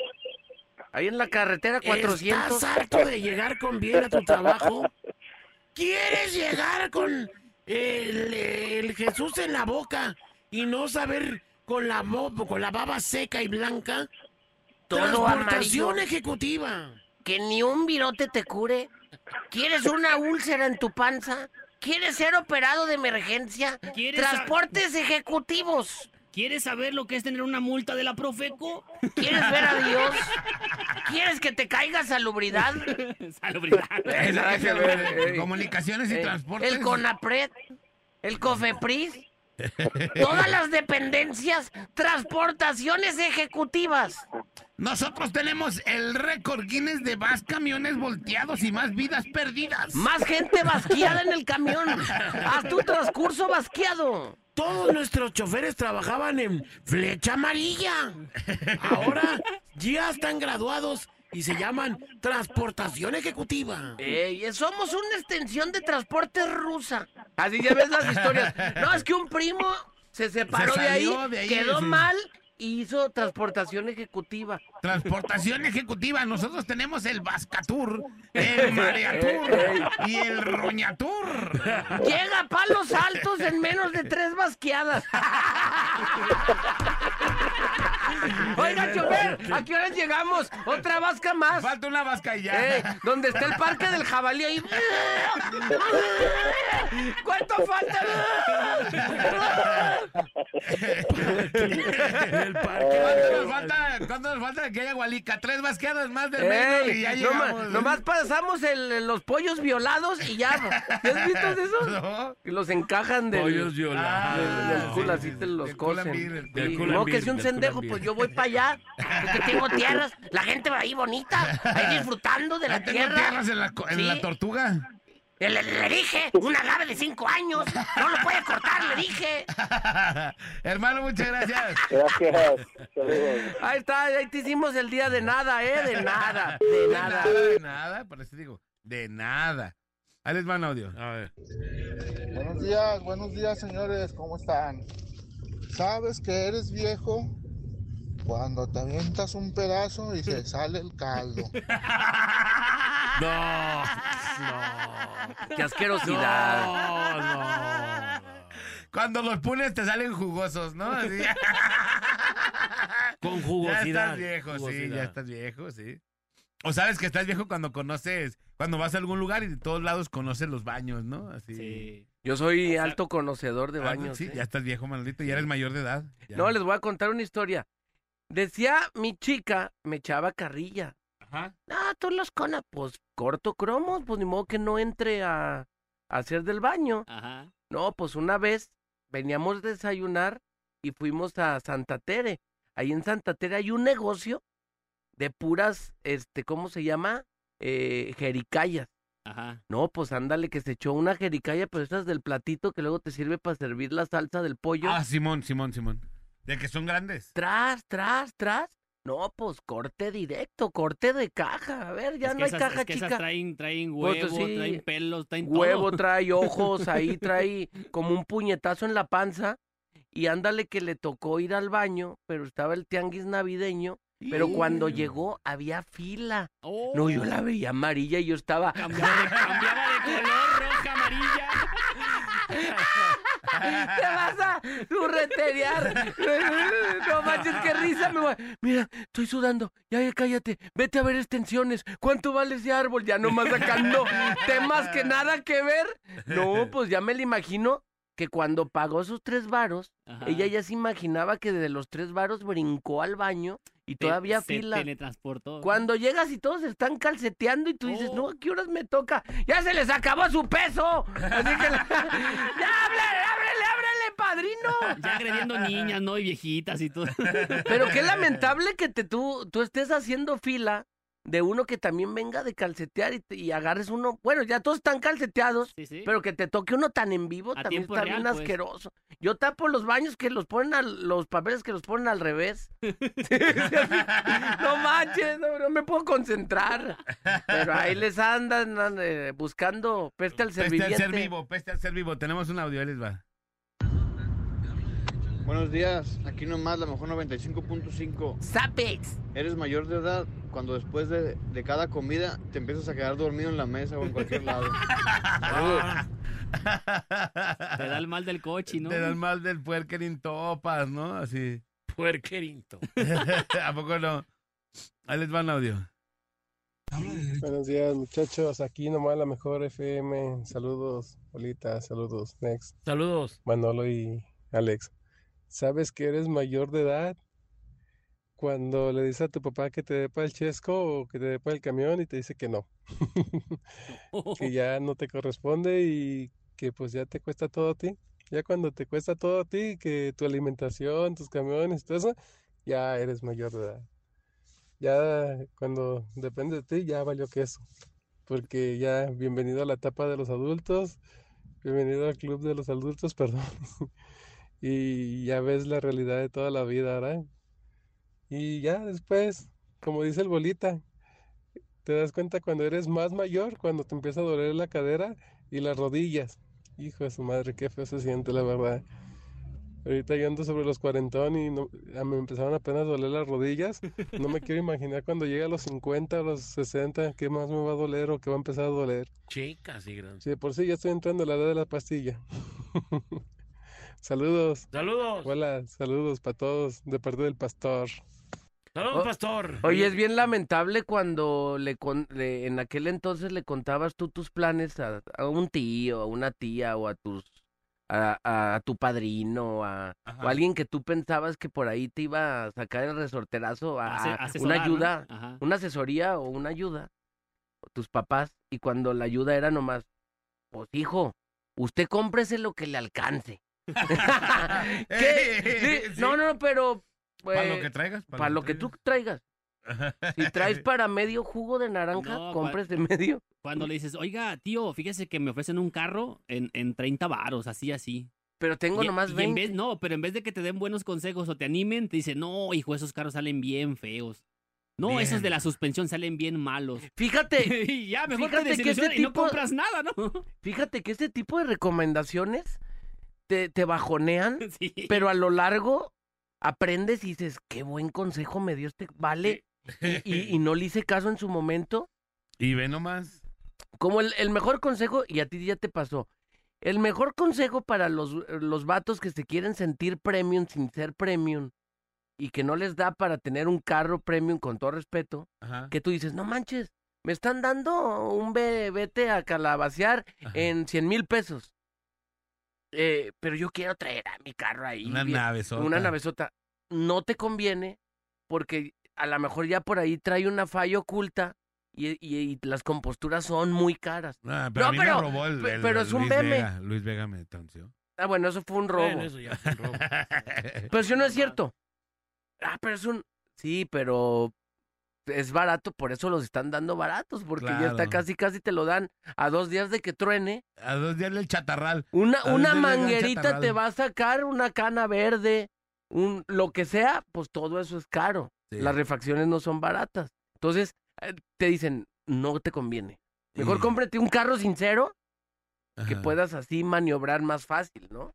Ahí en la carretera 400. ¿Estás harto de llegar con bien a tu trabajo? ¿Quieres llegar con el, el Jesús en la boca y no saber con la, mo- con la baba seca y blanca? Todo Transportación amarillo. ejecutiva. Que ni un virote te cure. ¿Quieres una úlcera en tu panza? ¿Quieres ser operado de emergencia? ¿Quieres a- Transportes ejecutivos. ¿Quieres saber lo que es tener una multa de la Profeco? ¿Quieres ver a Dios? ¿Quieres que te caiga salubridad? Salubridad. Eh, ¿sabes qué, güey? Comunicaciones y Eh, transportes. El CONAPRED, el COFEPRIS, todas las dependencias, transportaciones ejecutivas. Nosotros tenemos el récord Guinness de más camiones volteados y más vidas perdidas. Más gente basqueada en el camión. Haz tu transcurso basqueado. Todos nuestros choferes trabajaban en flecha amarilla. Ahora ya están graduados y se llaman transportación ejecutiva. Ey, somos una extensión de transporte rusa. Así ya ves las historias. No, es que un primo se separó Se de, ahí, salió de ahí, quedó sí. mal y hizo transportación ejecutiva. Transportación ejecutiva. Nosotros tenemos el Vascatur, el Mareatur y el Roñatur. Llega a palos altos en menos de tres basqueadas. Oiga, chofer, ¿a qué horas llegamos? Otra vasca más. Falta una vasca y ya. Eh, ¿Dónde está el parque del jabalí ahí? ¿Cuánto falta? El ¿Cuánto parque. nos falta? ¿Cuánto nos falta de que haya Gualica? Tres vasqueadas más del menos y Ey, ya noma- llegamos. ¿eh? nomás pasamos el- los pollos violados y ya. ¿Te has visto de eso? No. Que los encajan del, Pollos Ah, violados. del- del culo, sí, así sí, te los del culo cosen. ambir, del Sí, culo no, ambir, que si un del culo sendejo, ambir. pues yo voy para allá. Yo que tengo tierras, la gente va ahí bonita, ahí disfrutando de la Ya tengo tierra. tierras en la, co- en Sí. la tortuga. Le, le- le dije, un agave de cinco años, no lo puede cortar, le dije. Hermano, muchas gracias. Gracias. Saludos. Ahí está, ahí te hicimos el día de nada, ¿eh? De nada, de nada. de nada, por eso digo, de nada. Ahí les va un audio. A ver. Buenos días, buenos días señores, ¿cómo están? ¿Sabes que eres viejo? Cuando te avientas un pedazo y se sale el caldo. No, Qué asquerosidad. no, no. Cuando los punes te salen jugosos, ¿no? Así. Con ya jugosidad. estás viejo, sí, jugosidad. ya estás viejo, sí. O sabes que estás viejo cuando conoces, cuando vas a algún lugar y de todos lados conoces los baños, ¿no? Así. Sí. Yo soy alto conocedor de Ah, baños. sí, ¿eh? ya estás viejo, maldito, ya eres mayor de edad. ya. No, les voy a contar una historia. Decía mi chica, me echaba carrilla. Ajá. Ah, todos los conas, pues corto cromos, pues ni modo que no entre a, a hacer del baño. Ajá. No, pues una vez veníamos a desayunar y fuimos a Santa Tere. Ahí en Santa Tere hay un negocio de puras, este, ¿cómo se llama? Eh, jericayas. Ajá. No, pues ándale, que se echó una jericaya, pero esas del platito que luego te sirve para servir la salsa del pollo. Ah, Simón, Simón, Simón. De que son grandes. Tras, tras, tras. No, pues corte directo, corte de caja. A ver, ya Es que no hay esas- caja es que Esas chica. traen, traen Pues, huevo, sí. traen pelos, traen Huevo todo. trae ojos, ahí trae como un puñetazo en la panza. Y ándale que le tocó ir al baño, pero estaba el tianguis navideño. Pero cuando llegó había fila. Oh, No, yo la veía amarilla y yo estaba. Cambiaba de, cambiaba de color, roja, amarilla. te vas a surreterear. No manches, qué risa. Me voy. Mira, estoy sudando. Ya, ya, cállate. Vete a ver extensiones. ¿Cuánto vale ese árbol? Ya nomás sacando temas que nada que ver. No, pues ya me lo imagino que cuando pagó sus tres varos, Ajá. ella ya se imaginaba que desde los tres varos brincó al baño y todavía se fila. teletransportó. Cuando llegas y todos están calceteando y tú Oh. dices, no, ¿a qué horas me toca? ¡Ya se les acabó su peso! Así que... la- ¡Ya, ábrele, ábrele, ábrele, padrino! Ya agrediendo niñas, ¿no? Y viejitas y todo. Pero qué lamentable que te, tú, tú estés haciendo fila de uno que también venga de calcetear y, te- y agarres uno... Bueno, ya todos están calceteados, Sí, sí. pero que te toque uno tan en vivo A también tiempo está real, bien pues. asqueroso. Yo tapo los baños que los ponen al, los papeles que los ponen al revés. Sí, sí, así. no manches, no, no me puedo concentrar. Pero ahí les andan an- eh, buscando peste al Peste al serviviente. ser vivo, peste al ser vivo. Tenemos un audio, ahí les va. Buenos días, aquí nomás la mejor 95.5. ¡Sapex! Eres mayor de edad cuando después de, de cada comida te empiezas a quedar dormido en la mesa o en cualquier lado. Ah, Te da el mal del coche, ¿no? Te dan mal del puerquerín topas, ¿no? Así. Puerquerinto. ¿A poco no? Ahí les va un audio. Buenos días, muchachos. Aquí nomás la mejor FM. Saludos, Olita. Saludos, Next. Saludos. Manolo y Alex. ¿Sabes que eres mayor de edad? Cuando le dices a tu papá que te dé para el chesco o que te dé para el camión y te dice que no. Que ya no te corresponde y que pues ya te cuesta todo a ti. Ya cuando te cuesta todo a ti, que tu alimentación, tus camiones, todo eso, ya eres mayor de edad ya cuando depende de ti, ya valió queso. Porque ya, bienvenido a la etapa de los adultos, bienvenido al club de los adultos, perdón. Y ya ves la realidad de toda la vida, ¿verdad? Y ya después, como dice el bolita, te das cuenta cuando eres más mayor, cuando te empieza a doler la cadera y las rodillas. Hijo de su madre, qué feo se siente, la verdad. Ahorita yo ando sobre los cuarentón y no- a- me empezaron apenas a doler las rodillas. No me quiero imaginar cuando llegue a los 50, a los 60, qué más me va a doler o qué va a empezar a doler. Chicas y gran. Si de por sí ya estoy entrando a la edad de la pastilla. Saludos. Saludos. Hola, saludos para todos de parte del pastor. Saludos, pastor. Oye, es bien lamentable cuando le, con- le- en aquel entonces le contabas tú tus planes a, a un tío, a una tía o a tus a, a- a tu padrino a, o a alguien que tú pensabas que por ahí te iba a sacar el resorterazo a, Ase- a asesorar, una ¿no? ayuda, Ajá. una asesoría o una ayuda o tus papás y cuando la ayuda era nomás, pues hijo, usted cómprese lo que le alcance. Ah, eh, ¿Qué? Sí, No, no, pero Para lo eh, que traigas. para lo que tú traigas. Si traes para medio jugo de naranja, No, compres pa- de medio. Cuando le dices, oiga, tío, fíjese que me ofrecen un carro en, en 30 varos, así, así. e, Pero tengo nomás en 20. vez, no, pero en vez de que te den buenos consejos o te animen, te dicen, no, hijo, esos carros salen bien feos. No, esos Bien. de la suspensión salen bien malos. Fíjate, y ya, mejor te fíjate que ese desilusionas y no tipo- compras nada, ¿no? Fíjate que este tipo de recomendaciones te, te bajonean, Sí. pero a lo largo aprendes y dices, qué buen consejo me dio este, vale. Y, y- y no le hice caso en su momento. Y ve nomás. Como el, el mejor consejo, y a ti ya te pasó, el mejor consejo para los, eh, los vatos que se quieren sentir premium sin ser premium y que no les da para tener un carro premium con todo respeto, Ajá. que tú dices, no manches, me están dando un be- vete a calabacear en 100 mil pesos. Eh, pero yo quiero traer a mi carro ahí. Una bien- navezota. Una navezota. No te conviene porque a lo mejor ya por ahí trae una falla oculta y, y- y las composturas son muy caras. Ah, pero a No, mí pero- me robó el, pe- el- pero es un Luis meme. Vega. Luis Vega me tonció. Ah, bueno, eso fue un robo. Bueno, eso ya fue un robo. Pero si no es cierto. Ah, pero es un... Sí, pero es barato, por eso los están dando baratos, porque ya está Claro. casi, casi te lo dan a dos días de que truene. A dos días del chatarral. Una, A dos días una del manguerita chatarral. te va a sacar, una cana verde, un, lo que sea, pues todo eso es caro. Sí. Las refacciones no son baratas. Entonces, eh, te dicen, no te conviene. Mejor Mm. Sí. cómprate un carro sincero que Ajá. puedas así maniobrar más fácil, ¿no?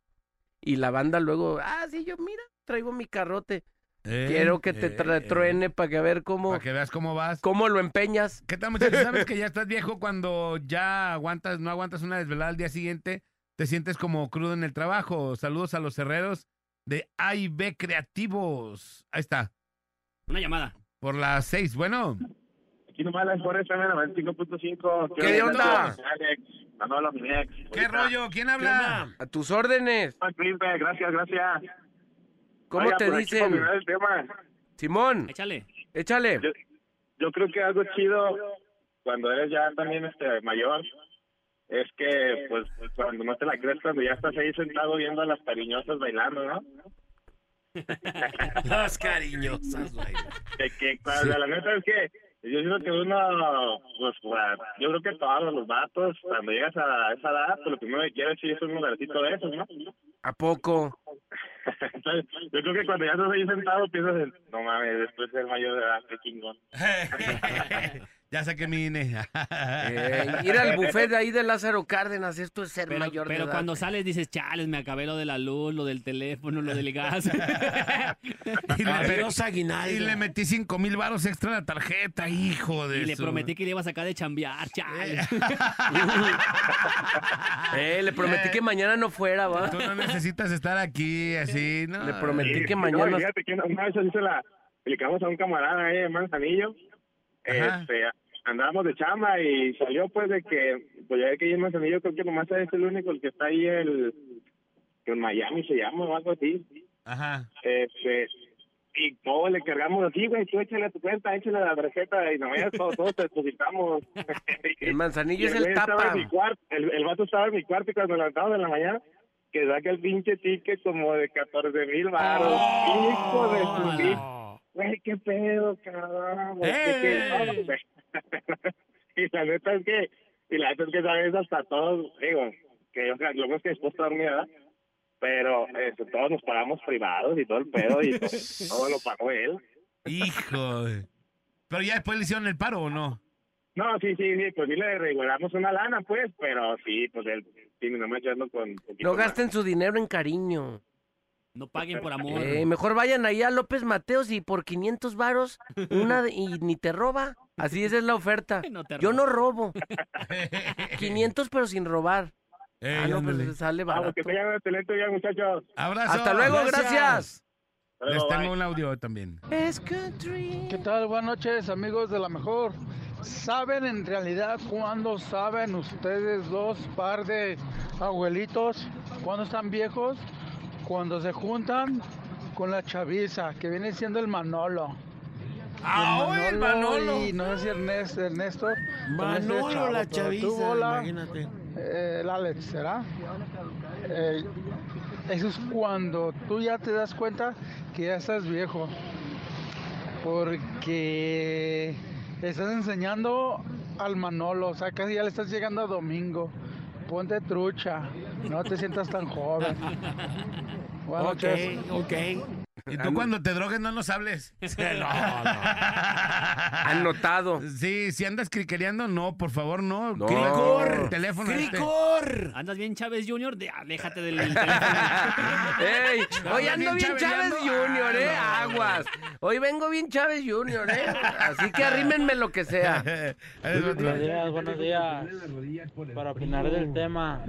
Y la banda luego, ah, sí, yo mira, traigo mi carrote. Eh, Quiero que te eh, tra- eh. truene para que a ver cómo, Para que veas cómo vas. cómo lo empeñas. ¿Qué tal, muchachos? ¿Sabes que ya estás viejo cuando ya aguantas, no aguantas una desvelada al día siguiente? te sientes como crudo en el trabajo. Saludos a los herreros de A y B Creativos. Ahí está. Una llamada. Por las seis. Bueno. Aquí nomás la Juárez FM 95.5. ¿Qué onda? Alex, Manolo, mi ex. ¿Qué rollo? ¿Quién habla? A tus órdenes. Gracias, gracias. ¿Cómo Oiga, te por aquí dicen? para mirar el tema. Simón. Échale. Échale. Yo creo que algo chido cuando eres ya también este mayor es que pues, pues, cuando no te la crees cuando ya estás ahí sentado viendo a las cariñosas bailando, ¿no? Las cariñosas, güey. Que, que cuando- Sí. la neta es que yo creo que uno pues bueno, yo creo que todos los vatos cuando llegas a esa edad pues lo primero que quieres sí es un lugarcito de esos, ¿no? ¿A poco? Entonces, yo creo que cuando ya estás ahí sentado piensas, en, no mames, después el mayor de edad, qué chingón. Ya saqué mi INE. Eh, ir al buffet de ahí de Lázaro Cárdenas, esto es ser Pero, mayor de pero edad. cuando sales dices, chales, me acabé lo de la luz, lo del teléfono, lo del gas. Adiós, Y le metí cinco mil baros extra a la tarjeta, hijo de Y le su- prometí que le iba a sacar de chambear, chales. Eh, le prometí que mañana no fuera, va. Tú no necesitas estar aquí así, ¿no? Ah. Le prometí Sí, que no, mañana- fíjate que una vez así se la aplicamos a un camarada ahí en Manzanillo. Ajá. Este, andábamos de chamba y salió pues de que, pues ya ve que ahí en Manzanillo creo que nomás es el único el que está ahí, el que en Miami se llama o algo así. Ajá. Este, y todos le cargamos así, güey, tú échale a tu cuenta, échale a la tarjeta y nomás todos, todos te depositamos. El manzanillo Y es el el güey estaba tapa. en mi cuarto, el, el vato estaba en mi cuarto y cuando levantamos de la mañana, que saca el pinche ticket como de 14 mil baros. Hijo de Oh, su pinche- Güey, qué pedo, cabrón. güey, qué- Este, qué- no, ¡Eh! güey. y la neta es que, y la neta es que sabes hasta todos, digo, que yo creo lo más que después está dormida, ¿verdad? pero este, todos nos pagamos privados y todo el pedo y todo, todo lo pagó él. Hijo. de- Pero ya después le hicieron el paro o no? No, sí, sí, sí, pues sí le regulamos una lana, pues, pero sí, pues él, sí, nomás echando con... poquito No más. gasten su dinero en cariño. No paguen por amor. Eh, mejor vayan ahí a López Mateos y por 500 varos una de- y ni te roba. Así esa es la oferta. Yo no robo. 500 pero sin robar. ah, no, pues sale barato. que tengan un excelente día, muchachos. Abrazo. Hasta luego, gracias. Les tengo un audio también. ¿Qué tal? Buenas noches, amigos de la mejor. ¿Saben en realidad cuándo saben ustedes dos par de abuelitos cuándo están viejos? Cuando se juntan con la chaviza, que viene siendo el Manolo. Ah, hoy el Manolo. Y no sé si Ernesto, Ernesto. con este Manolo, chavo, la pero tú, chaviza, hola, imagínate. eh, el Alex, ¿será? Eh, eso es cuando tú ya te das cuenta que ya estás viejo. Porque estás enseñando al Manolo, o sea, casi ya le estás llegando a domingo. Ponte trucha, no te sientas tan joven. Buenas Ok, noches. ok. Y tú cuando te drogues no nos hables. Anotado. Sí, si andas criquereando, no, por favor, no. No. Cricor. Teléfono. este. ¡Cricor! Andas bien, Chávez Junior, de, aléjate del teléfono. Ey, hoy Anda bien ando bien Chávez chaveleando. Junior, eh, Ah, no. aguas. Hoy vengo bien Chávez Junior, eh. Así que arrímenme lo que sea. Buenos días, buenos días. Para opinar del tema,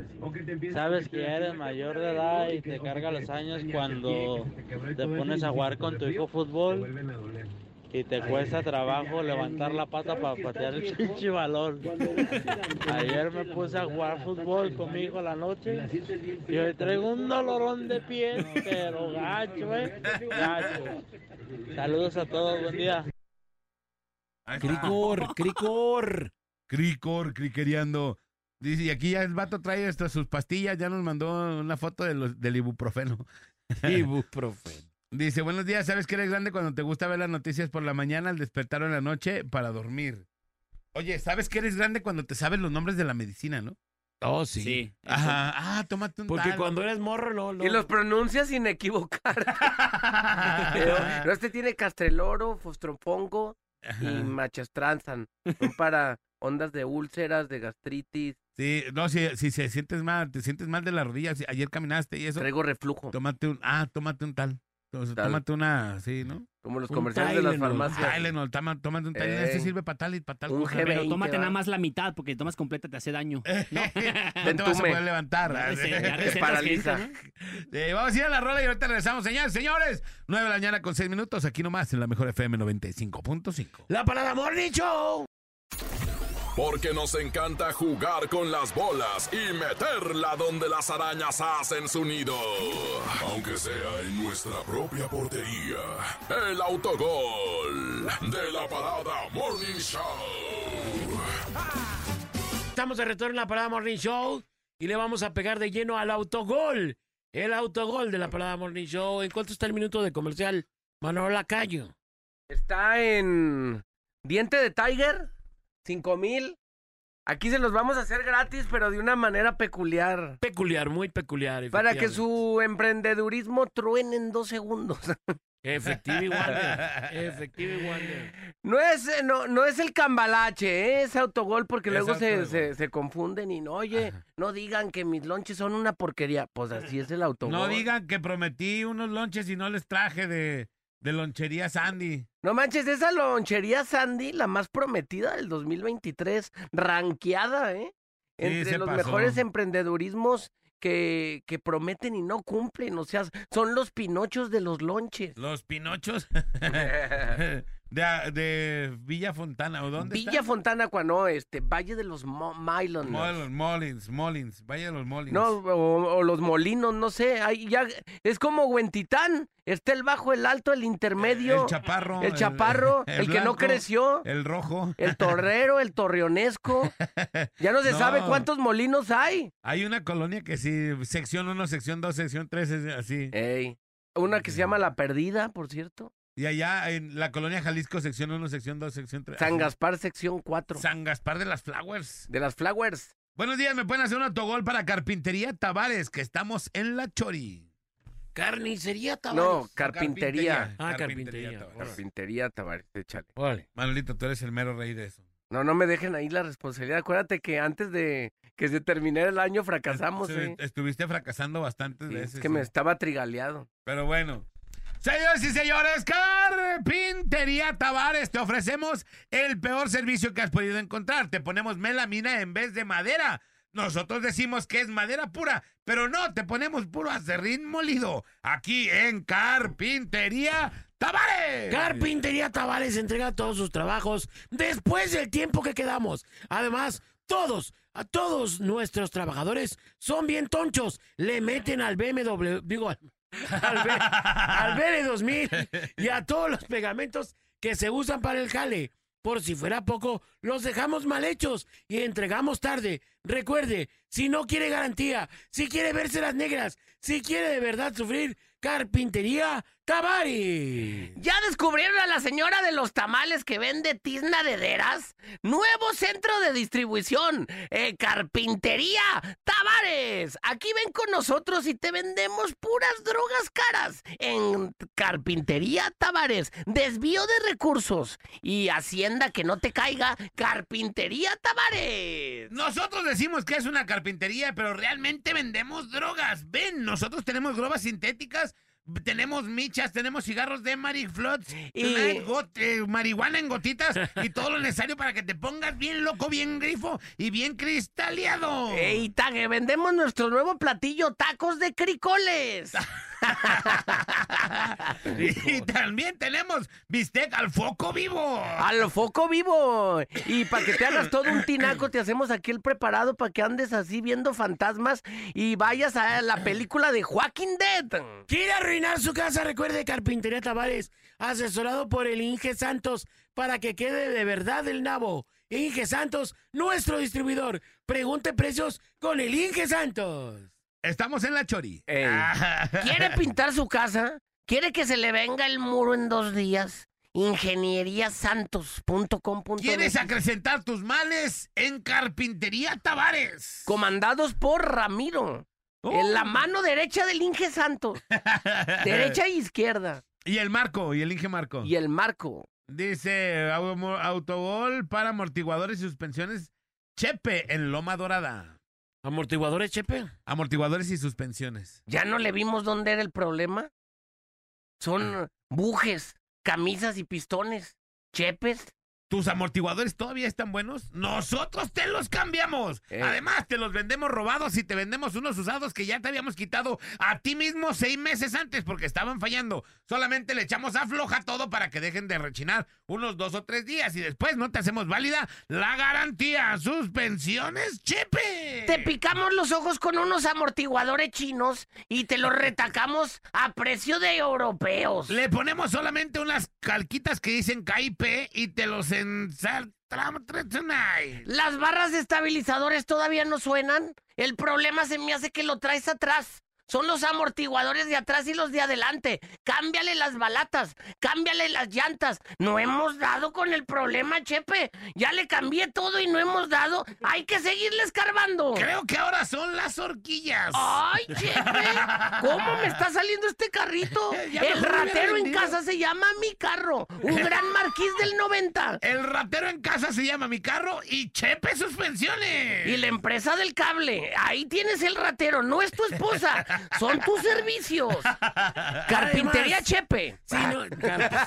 sabes que ya eres mayor de edad y te carga los años cuando te pones a jugar con tu hijo fútbol y te cuesta trabajo levantar la pata para patear el pinche balón. Ayer me puse a jugar fútbol con mi hijo a la noche y hoy traigo un dolorón de pie, pero gacho, eh. Gacho. Saludos a todos, buen día. Cricor, cricor. Cricor, criquereando. Dice, y aquí ya el vato trae hasta sus pastillas, ya nos mandó una foto de los- del ibuprofeno. Ibuprofeno. Dice, buenos días, ¿sabes que eres grande cuando te gusta ver las noticias por la mañana, al despertar o en la noche para dormir? Oye, ¿sabes que eres grande cuando te sabes los nombres de la medicina, no? Oh, sí. Sí. Ajá, ah, tómate un Porque tal. cuando eres morro, no. Y los pronuncias sin equivocar. Pero, pero este tiene castreloro, fostropongo y machastranzan. Son para ondas de úlceras, de gastritis. Sí, no, si, si se sientes mal, te sientes mal de las rodillas, si ayer caminaste y eso. Traigo reflujo. Tómate un, ah, tómate un tal. Entonces, Tal. tómate una, sí, ¿no? Ah, Como los Un comerciales de las Tylenol, farmacias. Tylenol, toma- tómate un Tylenol. Ese Ey. sirve para tal y para tal Un cosa. G20 Pero tómate nada más la mitad, porque si tomas completa te hace daño. No, No te vas a poder levantar. La receta- la Te receta es que paraliza. dice, Eh, vamos a ir a la rola y ahorita regresamos. Señores, señores, 9 de la mañana con 6 minutos. Aquí nomás en la mejor FM 95.5. ¡La parada Morning Show! Porque nos encanta jugar con las bolas y meterla donde las arañas hacen su nido. Aunque sea en nuestra propia portería. El autogol de la parada Morning Show. Estamos de retorno en la Parada Morning Show y le vamos a pegar de lleno al autogol. El autogol de la Parada Morning Show. ¿En cuánto está el minuto de comercial, Manolo Lacayo? Está en Diente de Tiger, 5 mil. Aquí se los vamos a hacer gratis, pero de una manera peculiar. Peculiar, muy peculiar. Para que efectivamente. su emprendedurismo truene en dos segundos. Efectivo y Wander. Efectivo y Wander. No es, eh, no, no es el cambalache, ¿eh? es autogol, porque luego Es se, autogol. se, se confunden y no, oye, no digan que mis lonches son una porquería. Pues así es el autogol. No digan que prometí unos lonches y no les traje de, de lonchería Sandy. No manches, esa lonchería Sandy, la más prometida del 2023, ranqueada, ¿eh? Sí, Entre se los pasó. mejores emprendedurismos que, que prometen y no cumplen, o sea, son los pinochos de los lonches. Los pinochos de, de Villa Fontana. ¿O dónde Villa Fontana, Cuano, este, Valle de los Mo- Mylon. Molins, Molins, Molins, Valle de los Molins. No, o, o los molinos, no sé. ahí ya, es como Huentitán. Está el bajo, el alto, el intermedio. Eh, El chaparro. El chaparro, el, que no blanco, creció. El rojo. El torrero, el torreonesco. Ya no se No. sabe cuántos molinos hay. Hay una colonia que sí, sección 1, sección 2, sección 3, es así. Una que se llama La Perdida, por cierto. Y allá en la colonia Jalisco, sección 1, sección 2, sección 3. San Gaspar, sección 4. San Gaspar de las Flowers. De las Flowers. Buenos días, me pueden hacer un autogol para Carpintería Tavares, que estamos en la Chori. Carnicería Tabares. No, carpintería. Carpintería. Ah, carpintería, Carpintería, Tabares. Carpintería, Tabares, échale. Manolito, tú eres el mero rey de eso. No, no me dejen ahí la responsabilidad. Acuérdate que antes de que se terminara el año fracasamos, Estu- ¿eh? Estuviste fracasando bastantes Sí, veces. es que me ¿eh? estaba trigaleado. Pero bueno. Señores y señores, Carpintería Tavares, te ofrecemos el peor servicio que has podido encontrar. Te ponemos melamina en vez de madera. Nosotros decimos que es madera pura, pero no, te ponemos puro acerrín molido. Aquí en Carpintería Tavares. Carpintería Tavares entrega todos sus trabajos después del tiempo que quedamos. Además, todos, a todos nuestros trabajadores son bien tonchos. Le meten al BMW, digo, al, al, B- al BL2000 y a todos los pegamentos que se usan para el jale. Por si fuera poco, los dejamos mal hechos y entregamos tarde. Recuerde, si no quiere garantía, si quiere verse las negras, si quiere de verdad sufrir, Carpintería Tavares. ¿Ya descubrieron a la señora de los tamales que vende tizna de veras? Nuevo centro de distribución, eh, Carpintería Tavares. Aquí ven con nosotros y te vendemos puras drogas caras en Carpintería Tavares. Desvío de recursos y hacienda que no te caiga, Carpintería Tavares. Nosotros decimos que es una carpintería, pero realmente vendemos drogas. Ven, nosotros tenemos grobas sintéticas, tenemos michas, tenemos cigarros de mariflots, eh, Y- marihuana en gotitas y todo lo necesario para que te pongas bien loco, bien grifo y bien cristaleado. Ey, Tague, vendemos nuestro nuevo platillo, tacos de cricoles. Y también tenemos bistec al foco vivo. Al foco vivo. Y para que te hagas todo un tinaco, te hacemos aquí el preparado para que andes así viendo fantasmas y vayas a la película de Joaquín Dead. ¿Quiere arruinar su casa? Recuerde Carpintería Tavares, asesorado por el Inge Santos para que quede de verdad el nabo. Inge Santos, nuestro distribuidor. Pregunte precios con el Inge Santos. Estamos en la Chori. Eh, Ah. ¿Quiere pintar su casa? ¿Quiere que se le venga el muro en dos días? Ingenieriasantos.com.mx ¿Quieres acrecentar tus males en Carpintería Tavares? Oh. Comandados por Ramiro. En la mano derecha del Inge Santos. derecha e izquierda. Y el Marco, y el Inge Marco. Y el Marco. Dice au- autogol para amortiguadores y suspensiones Chepe en Loma Dorada. ¿Amortiguadores Chepe? Amortiguadores y suspensiones. Mm. Ya no le vimos dónde era el problema. Son bujes camisas y pistones, chepes. ¿Tus amortiguadores todavía están buenos? Nosotros te los cambiamos. Además, te los vendemos robados y te vendemos unos usados que ya te habíamos quitado a ti mismo seis meses antes porque estaban fallando. Solamente le echamos afloja todo para que dejen de rechinar unos dos o tres días y después no te hacemos válida la garantía. Suspensiones, chepe. Te picamos los ojos con unos amortiguadores chinos y te los retacamos a precio de europeos. Le ponemos solamente unas calquitas que dicen KIP y te los ensartramos. Las barras de estabilizadores todavía no suenan. El problema se me hace que lo traes atrás. Son los amortiguadores de atrás y los de adelante. Cámbiale las balatas, cámbiale las llantas. No hemos dado con el problema, Chepe. Ya le cambié todo y no hemos dado. Hay que seguirle escarbando. Creo que ahora son las horquillas. ¡Ay, Chepe! ¿Cómo me está saliendo este carrito? Ya mejor me el hubiera ratero en vendido. casa se llama mi carro. Un gran marqués del 90. El ratero en casa se llama mi carro y Chepe Suspensiones. Y la empresa del cable. Ahí tienes el ratero. No es tu esposa. Son tus servicios. Carpintería Además, Chepe. Sí, no, car-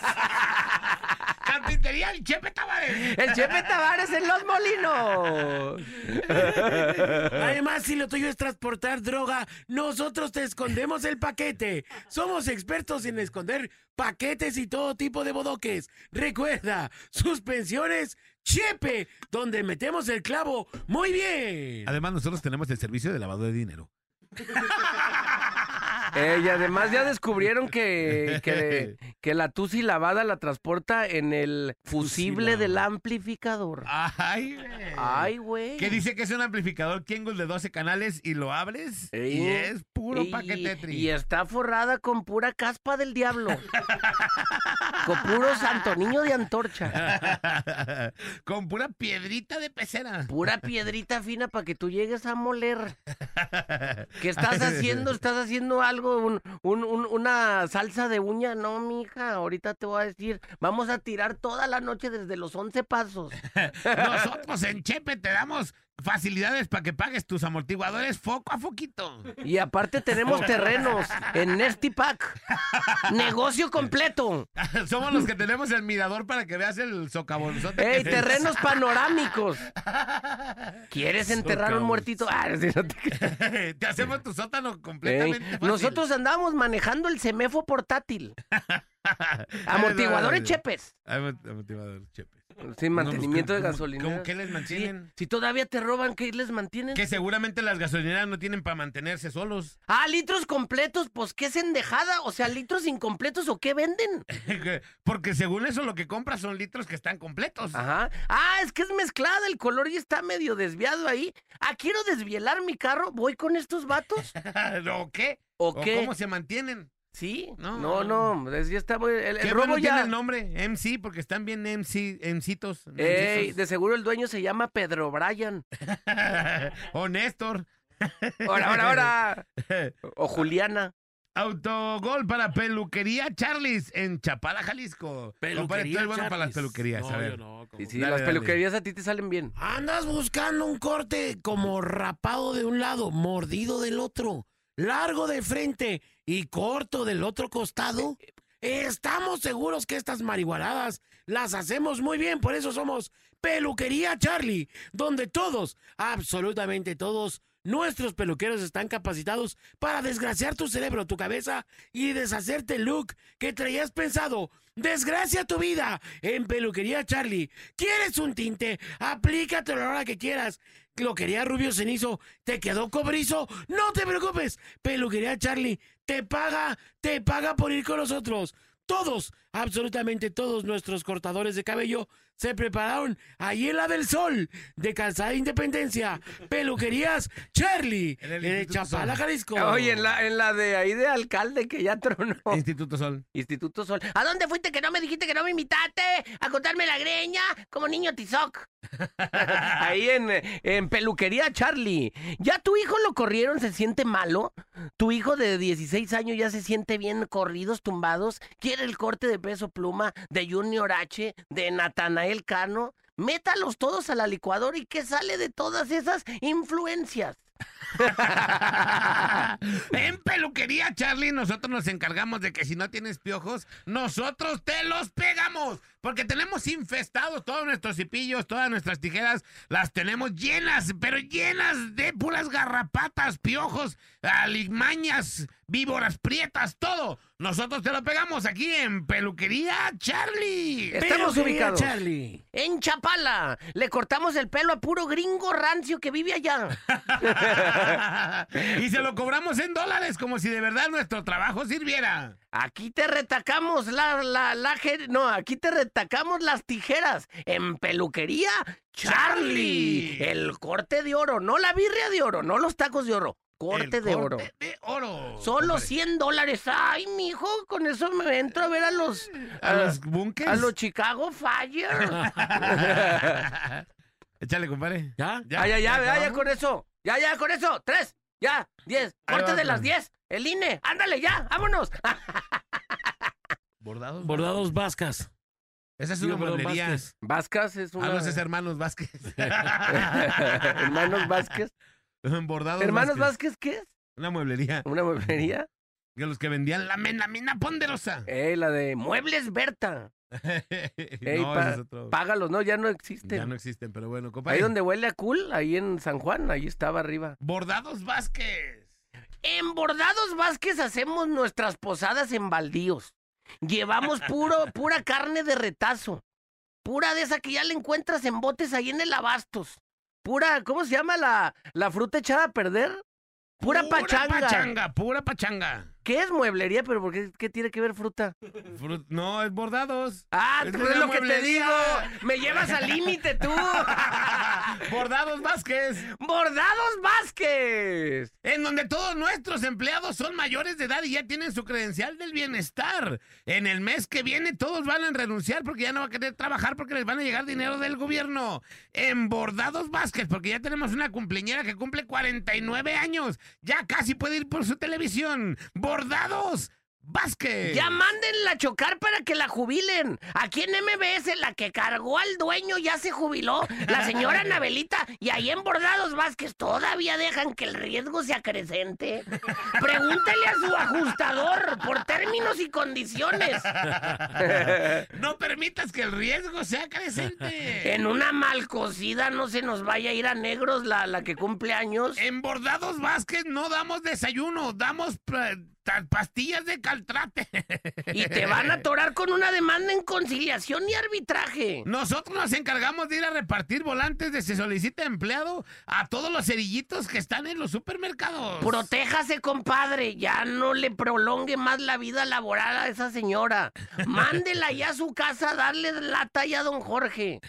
Carpintería el Chepe Tavares. El Chepe Tavares en Los Molinos. Además, si lo tuyo es transportar droga, nosotros te escondemos el paquete. Somos expertos en esconder paquetes y todo tipo de bodoques. Recuerda, suspensiones Chepe, donde metemos el clavo muy bien. Además, nosotros tenemos el servicio de lavado de dinero. Eh, y además ya descubrieron que, Eh, que, que la Tusi lavada la transporta en el fusible del amplificador. Ay, güey. Ay, güey. Que dice que es un amplificador Kingles de 12 canales y lo abres y es puro Y- paquetetri. Y está forrada con pura caspa del diablo. con puro santo niño de antorcha. Con pura piedrita de pecera. Pura piedrita fina para que tú llegues a moler. ¿Qué estás haciendo? ¿Estás haciendo algo? Un, un- un- ¿Una salsa de uña? No, mija, ahorita te voy a decir. Vamos a tirar toda la noche desde los 11 pasos. Nosotros en Chepe te damos facilidades para que pagues tus amortiguadores foco a foquito. Y aparte tenemos terrenos en Nesty Pack. Negocio completo. Somos los que tenemos el mirador para que veas el socavonzote. que ¡Ey, te- terrenos panorámicos! ¿Quieres enterrar un Socavón. muertito? Ah, sí, no te- Te hacemos tu sótano Ey, completamente. fácil. ¿eh? Nosotros andamos manejando el semefo portátil. Ay, Amortiguadores chepes. Amort- Amortiguadores chepes. Sí, mantenimiento de gasolina. gasolina. ¿Cómo que les mantienen? Si todavía te roban, ¿qué les mantienen? Que seguramente las gasolineras no tienen para mantenerse solos. Ah, litros completos, pues qué sendejada. O sea, litros incompletos o qué venden. Porque según eso lo que compras son litros que están completos. Ajá. Ah, es que es mezclada el color y está medio desviado ahí. Ah, quiero desvielar mi carro. Voy con estos vatos. ¿O qué? ¿O, ¿O qué? cómo se mantienen? Sí. No. No, no, es- ya está muy- El, el Qué robo bueno tiene ya. el nombre, MC, porque están bien MC, MCitos. Ey, mensos. de seguro el dueño se llama Pedro Bryan. o Néstor. Ahora, ahora, ahora. O Juliana. Autogol para peluquería Charlies en Chapala, Jalisco. Compadre, tú eres bueno para las peluquerías, a ver. Y sí, Dale, las dale. peluquerías a ti te salen bien. Andas buscando un corte como rapado de un lado, mordido del otro, largo de frente y corto del otro costado. Estamos seguros que estas marihuanadas las hacemos muy bien, por eso somos Peluquería Charlie, donde todos, absolutamente todos, nuestros peluqueros están capacitados para desgraciar tu cerebro, tu cabeza y deshacerte el look que traías pensado. Desgracia tu vida en Peluquería Charlie. ¿Quieres un tinte? Aplícatelo a la hora que quieras. Lo quería rubio cenizo, te quedó cobrizo. No te preocupes, Peluquería Charlie te paga, te paga por ir con nosotros. Todos, absolutamente todos nuestros cortadores de cabello se prepararon ahí en la del sol de Calzada Independencia, peluquerías Charlie, de Chapala, Jalisco. Oye, en la, en la de ahí de alcalde que ya tronó. Instituto Sol. Instituto Sol. ¿A dónde fuiste que no me dijiste que no me invitaste a cortarme la greña como niño tizoc? Ahí en, en peluquería Charlie. ¿Ya tu hijo lo corrieron? ¿Se siente malo? ¿Tu hijo de 16 años ya se siente bien corridos, tumbados? ¿Quiere el corte de peso pluma de Junior H, de Natanael Cano? Métalos todos a la licuadora y que sale de todas esas influencias. En peluquería, Charlie, nosotros nos encargamos de que si no tienes piojos, nosotros te los pegamos. Porque tenemos infestados todos nuestros cepillos, todas nuestras tijeras, las tenemos llenas, pero llenas de puras garrapatas, piojos, alimañas, víboras prietas, todo. Nosotros te lo pegamos aquí en peluquería, Charlie. Estamos Peluquería, ubicados Charlie. en Chapala. Le cortamos el pelo a puro gringo rancio que vive allá. y se lo cobramos en dólares, como si de verdad nuestro trabajo sirviera. Aquí te retacamos la, la, la, je- no, aquí te retacamos las tijeras. En peluquería, Charlie. El corte de oro, no la birria de oro, no los tacos de oro. Corte de oro. de oro. Solo 100 dólares. Ay, mijo, con eso me entro a ver a los. ¿A los bunkers? Ah, A los Chicago Fire. Échale, compadre. ¿Ya? Ya, Ah, ya, ya, ya, ya con eso. Ya, ya, con eso. Tres, ya, diez. Ahí Corte va, Ah, de las pues. diez. El INE. Ándale, ya, vámonos. Bordados. Bordados vascas. Esa es una Digo, perdón, mueblería. Vázquez. Vascas es A los hermanos Vázquez. Hermanos Vázquez. Bordados Hermanos Vázquez, ¿qué es? Una mueblería. ¿Una mueblería? De los que vendían la menamina ponderosa. Eh, la de Muebles Berta. Ey, no, pa- ese es otro. Págalos, no, ya no existen. Ya no existen, pero bueno, compadre. Ahí donde huele a cool, ahí en San Juan, ahí estaba arriba. Bordados Vázquez. En Bordados Vázquez hacemos nuestras posadas en baldíos. Llevamos puro, pura carne de retazo. Pura de esa que ya la encuentras en botes ahí en el Abastos. Pura, ¿cómo se llama la, la fruta echada a perder? Pura, pachanga. pachanga, pura pachanga. ¿Qué es mueblería? ¿Pero por qué, qué tiene que ver fruta? Fru- no, es bordados. Ah, Es de es, la lo que te mueblería. digo. Me llevas al límite tú. Bordados Vázquez. Bordados Vázquez. En donde todos nuestros empleados son mayores de edad y ya tienen su credencial del bienestar. En el mes que viene todos van a renunciar porque ya no va a querer trabajar porque les van a llegar dinero del gobierno. En Bordados Vázquez, porque ya tenemos una cumpleañera que cumple 49 años. Ya casi puede ir por su televisión. Bordados Vázquez. Ya mándenla a chocar para que la jubilen. Aquí en MBS, la que cargó al dueño ya se jubiló, la señora Anabelita, y ahí en Bordados Vázquez todavía dejan que el riesgo se acrecente. Pregúntele a su ajustador por términos y condiciones. no permitas que el riesgo sea creciente. En una malcocida no se nos vaya a ir a negros la, la que cumple años. En Bordados Vázquez no damos desayuno, damos eh, ta- pastillas de caltrate. Y te van a atorar con una demanda en conciliación y arbitraje. Nosotros nos encargamos de ir a repartir volantes de se solicita empleado a todos los cerillitos que están en los supermercados. Protéjase, compadre. Ya no le prolongue más la vida laboral a esa señora. Mándela ya a su casa a darle la talla a don Jorge.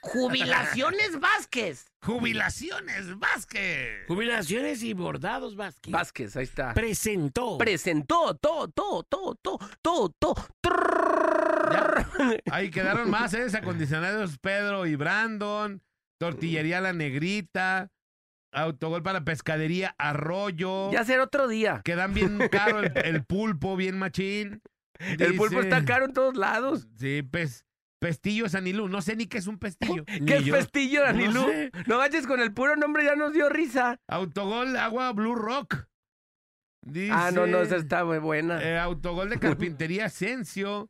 Jubilaciones Vázquez. Jubilaciones Vázquez. Jubilaciones y bordados Vázquez. Vázquez, ahí está. Presentó. Presentó todo, todo, todo, todo, todo, todo. Ahí quedaron más, ¿eh? Acondicionados Pedro y Brandon, Tortillería La Negrita, Autogol para Pescadería Arroyo. Ya será otro día. Quedan bien caro el, el pulpo, bien machín. El pulpo Dice- está caro en todos lados. Sí, pes, pestillo Sanilú. No sé ni qué es un pestillo. ¿Qué es pestillo, Danilú? No sé. No manches, con el puro nombre ya nos dio risa. Autogol Agua Blue Rock. Dice, Ah, no, no, esa está muy buena. eh, autogol de carpintería Asensio.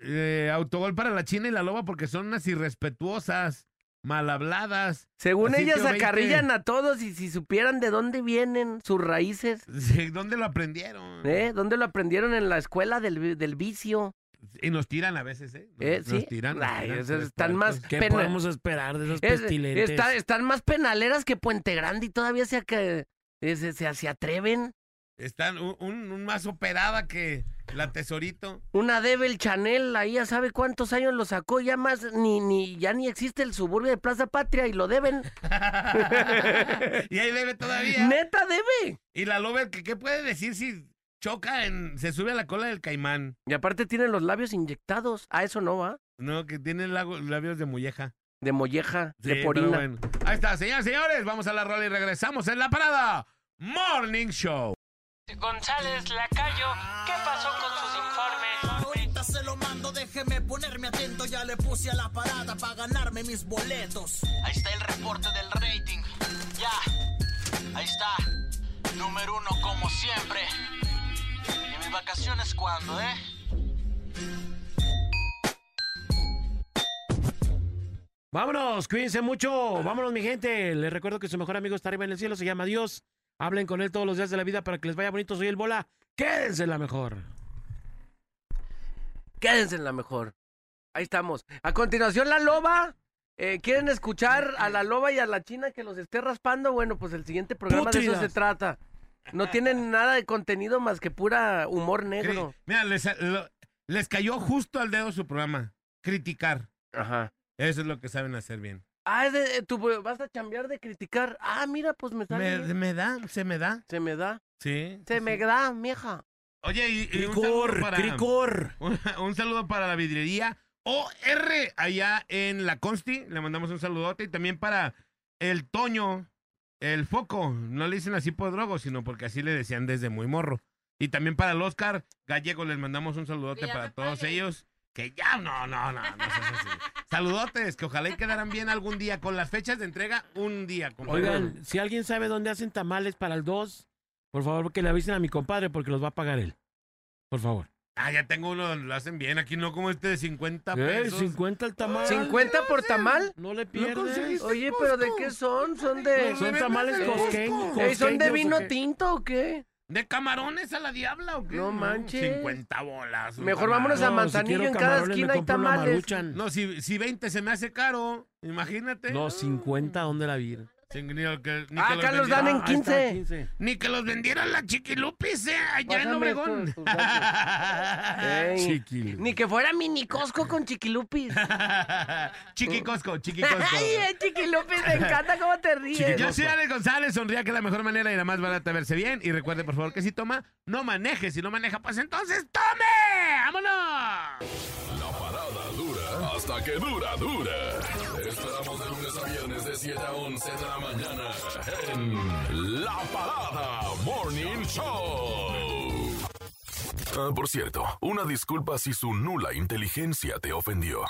Eh, autogol para la China y la Loba porque son unas irrespetuosas, mal habladas. Según Así ellas que 20. acarrillan a todos y si supieran de dónde vienen sus raíces, Sí, ¿Dónde lo aprendieron? ¿eh? ¿Dónde lo aprendieron en la escuela del, vi- del vicio? Y nos tiran a veces, ¿eh? Nos, ¿Eh? nos ¿Sí? tiran. nos Ay, tiran, esas pues, están más ¿Qué pena- podemos esperar de esos es- pestilentes? está- están más penaleras que Puente Grande y todavía se, aca- eh, se, se- se atreven. Están un, un- un más operada que la tesorito. Una Devil Chanel, ahí ya sabe cuántos años lo sacó, ya más ni, ni ya ni existe el suburbio de Plaza Patria y lo deben. y ahí debe todavía. Neta debe. Y la Lover, ¿qué, qué puede decir si choca en. se sube a la cola del caimán? Y aparte tienen los labios inyectados, a eso no va, No, que tiene lago- labios de molleja. de molleja, Sí, de pero porina. bueno. Ahí está, señores, señores. Vamos a la rola y regresamos en la parada. Morning Show. González Lacayo, ¿qué pasó con sus informes? Ahorita se lo mando, déjeme ponerme atento. Ya le puse a la parada para ganarme mis boletos. Ahí está el reporte del rating. Ya, Ahí está, número uno como siempre. ¿Y mis vacaciones cuándo, eh? Vámonos, cuídense mucho. Vámonos, mi gente. Les recuerdo que su mejor amigo está arriba en el cielo, se llama Dios. Hablen con él todos los días de la vida para que les vaya bonito. Soy el bola. Quédense en la mejor. Quédense en la mejor. Ahí estamos. A continuación, la loba. Eh, ¿Quieren escuchar a la loba y a la china que los esté raspando? Bueno, pues el siguiente programa de eso Putridas. se trata. No tienen nada de contenido más que pura humor negro. Cri- Mira, les, lo- les cayó justo al dedo su programa. Criticar. Ajá. Eso es lo que saben hacer bien. Ah, es de- tú vas a chambear de criticar. Ah, mira, pues me sale. Me, me da, se me da. Se me da. Sí. Se me da, mija. Oye, y, y un Cricor, saludo para, Cricor. Un, un saludo para la vidriería OR allá en la Consti. Le mandamos un saludote y también para el Toño, el Foco. No le dicen así por drogo, sino porque así le decían desde muy morro. Y también para el Oscar Gallego les mandamos un saludote para todos ellos. Que ya, no, no, no, no seas así. Saludotes, que ojalá y quedaran bien algún día. Con las fechas de entrega, un día. compadre. Oigan, si alguien sabe dónde hacen tamales para el 2, por favor que le avisen a mi compadre porque los va a pagar él. Por favor. Ah, ya tengo uno donde lo hacen bien. Aquí no como este de 50 Eh, pesos. 50 el tamal. ¿50 por tamal? No le pierdes. Oye, pero ¿de qué son? Son de. Los Son revendes tamales de Costco. cosqueños, Ey, ¿Son de cosqueños, vino ¿o qué? tinto o qué? ¿De camarones a la diabla o qué? No manches. 50 bolas. un Mejor tamal. vámonos a No, si Manzanillo, quiero en cada camarones, me esquina hay compro una tamales. Maruchan. No, si, si 20 se me hace caro, imagínate. No, 50, ¿dónde la vi? Sin- ni que- ni Ah, que los acá los dan en vendieran. Ah, ahí está, 15. Ni que los vendieran la chiquilupis, eh, allá en Pásame Obregón. estos, tus Ey, Chiquilupis. Ni que fuera mini Costco con chiquilupis. Chiquicosco, chiquicosco. Oh. Ay, eh, chiquilupis, me encanta cómo te ríes. Yo soy Alex González, sonría que es la mejor manera y la más barata de verse bien. Y recuerde, por favor, que si toma, no maneje. Si no maneja, pues entonces tome. ¡Vámonos! La parada dura hasta que dura, dura. Te Esperamos de lunes a viernes de 7 a 11 de la mañana en La Parada Morning Show. Ah, por cierto, una disculpa si su nula inteligencia te ofendió.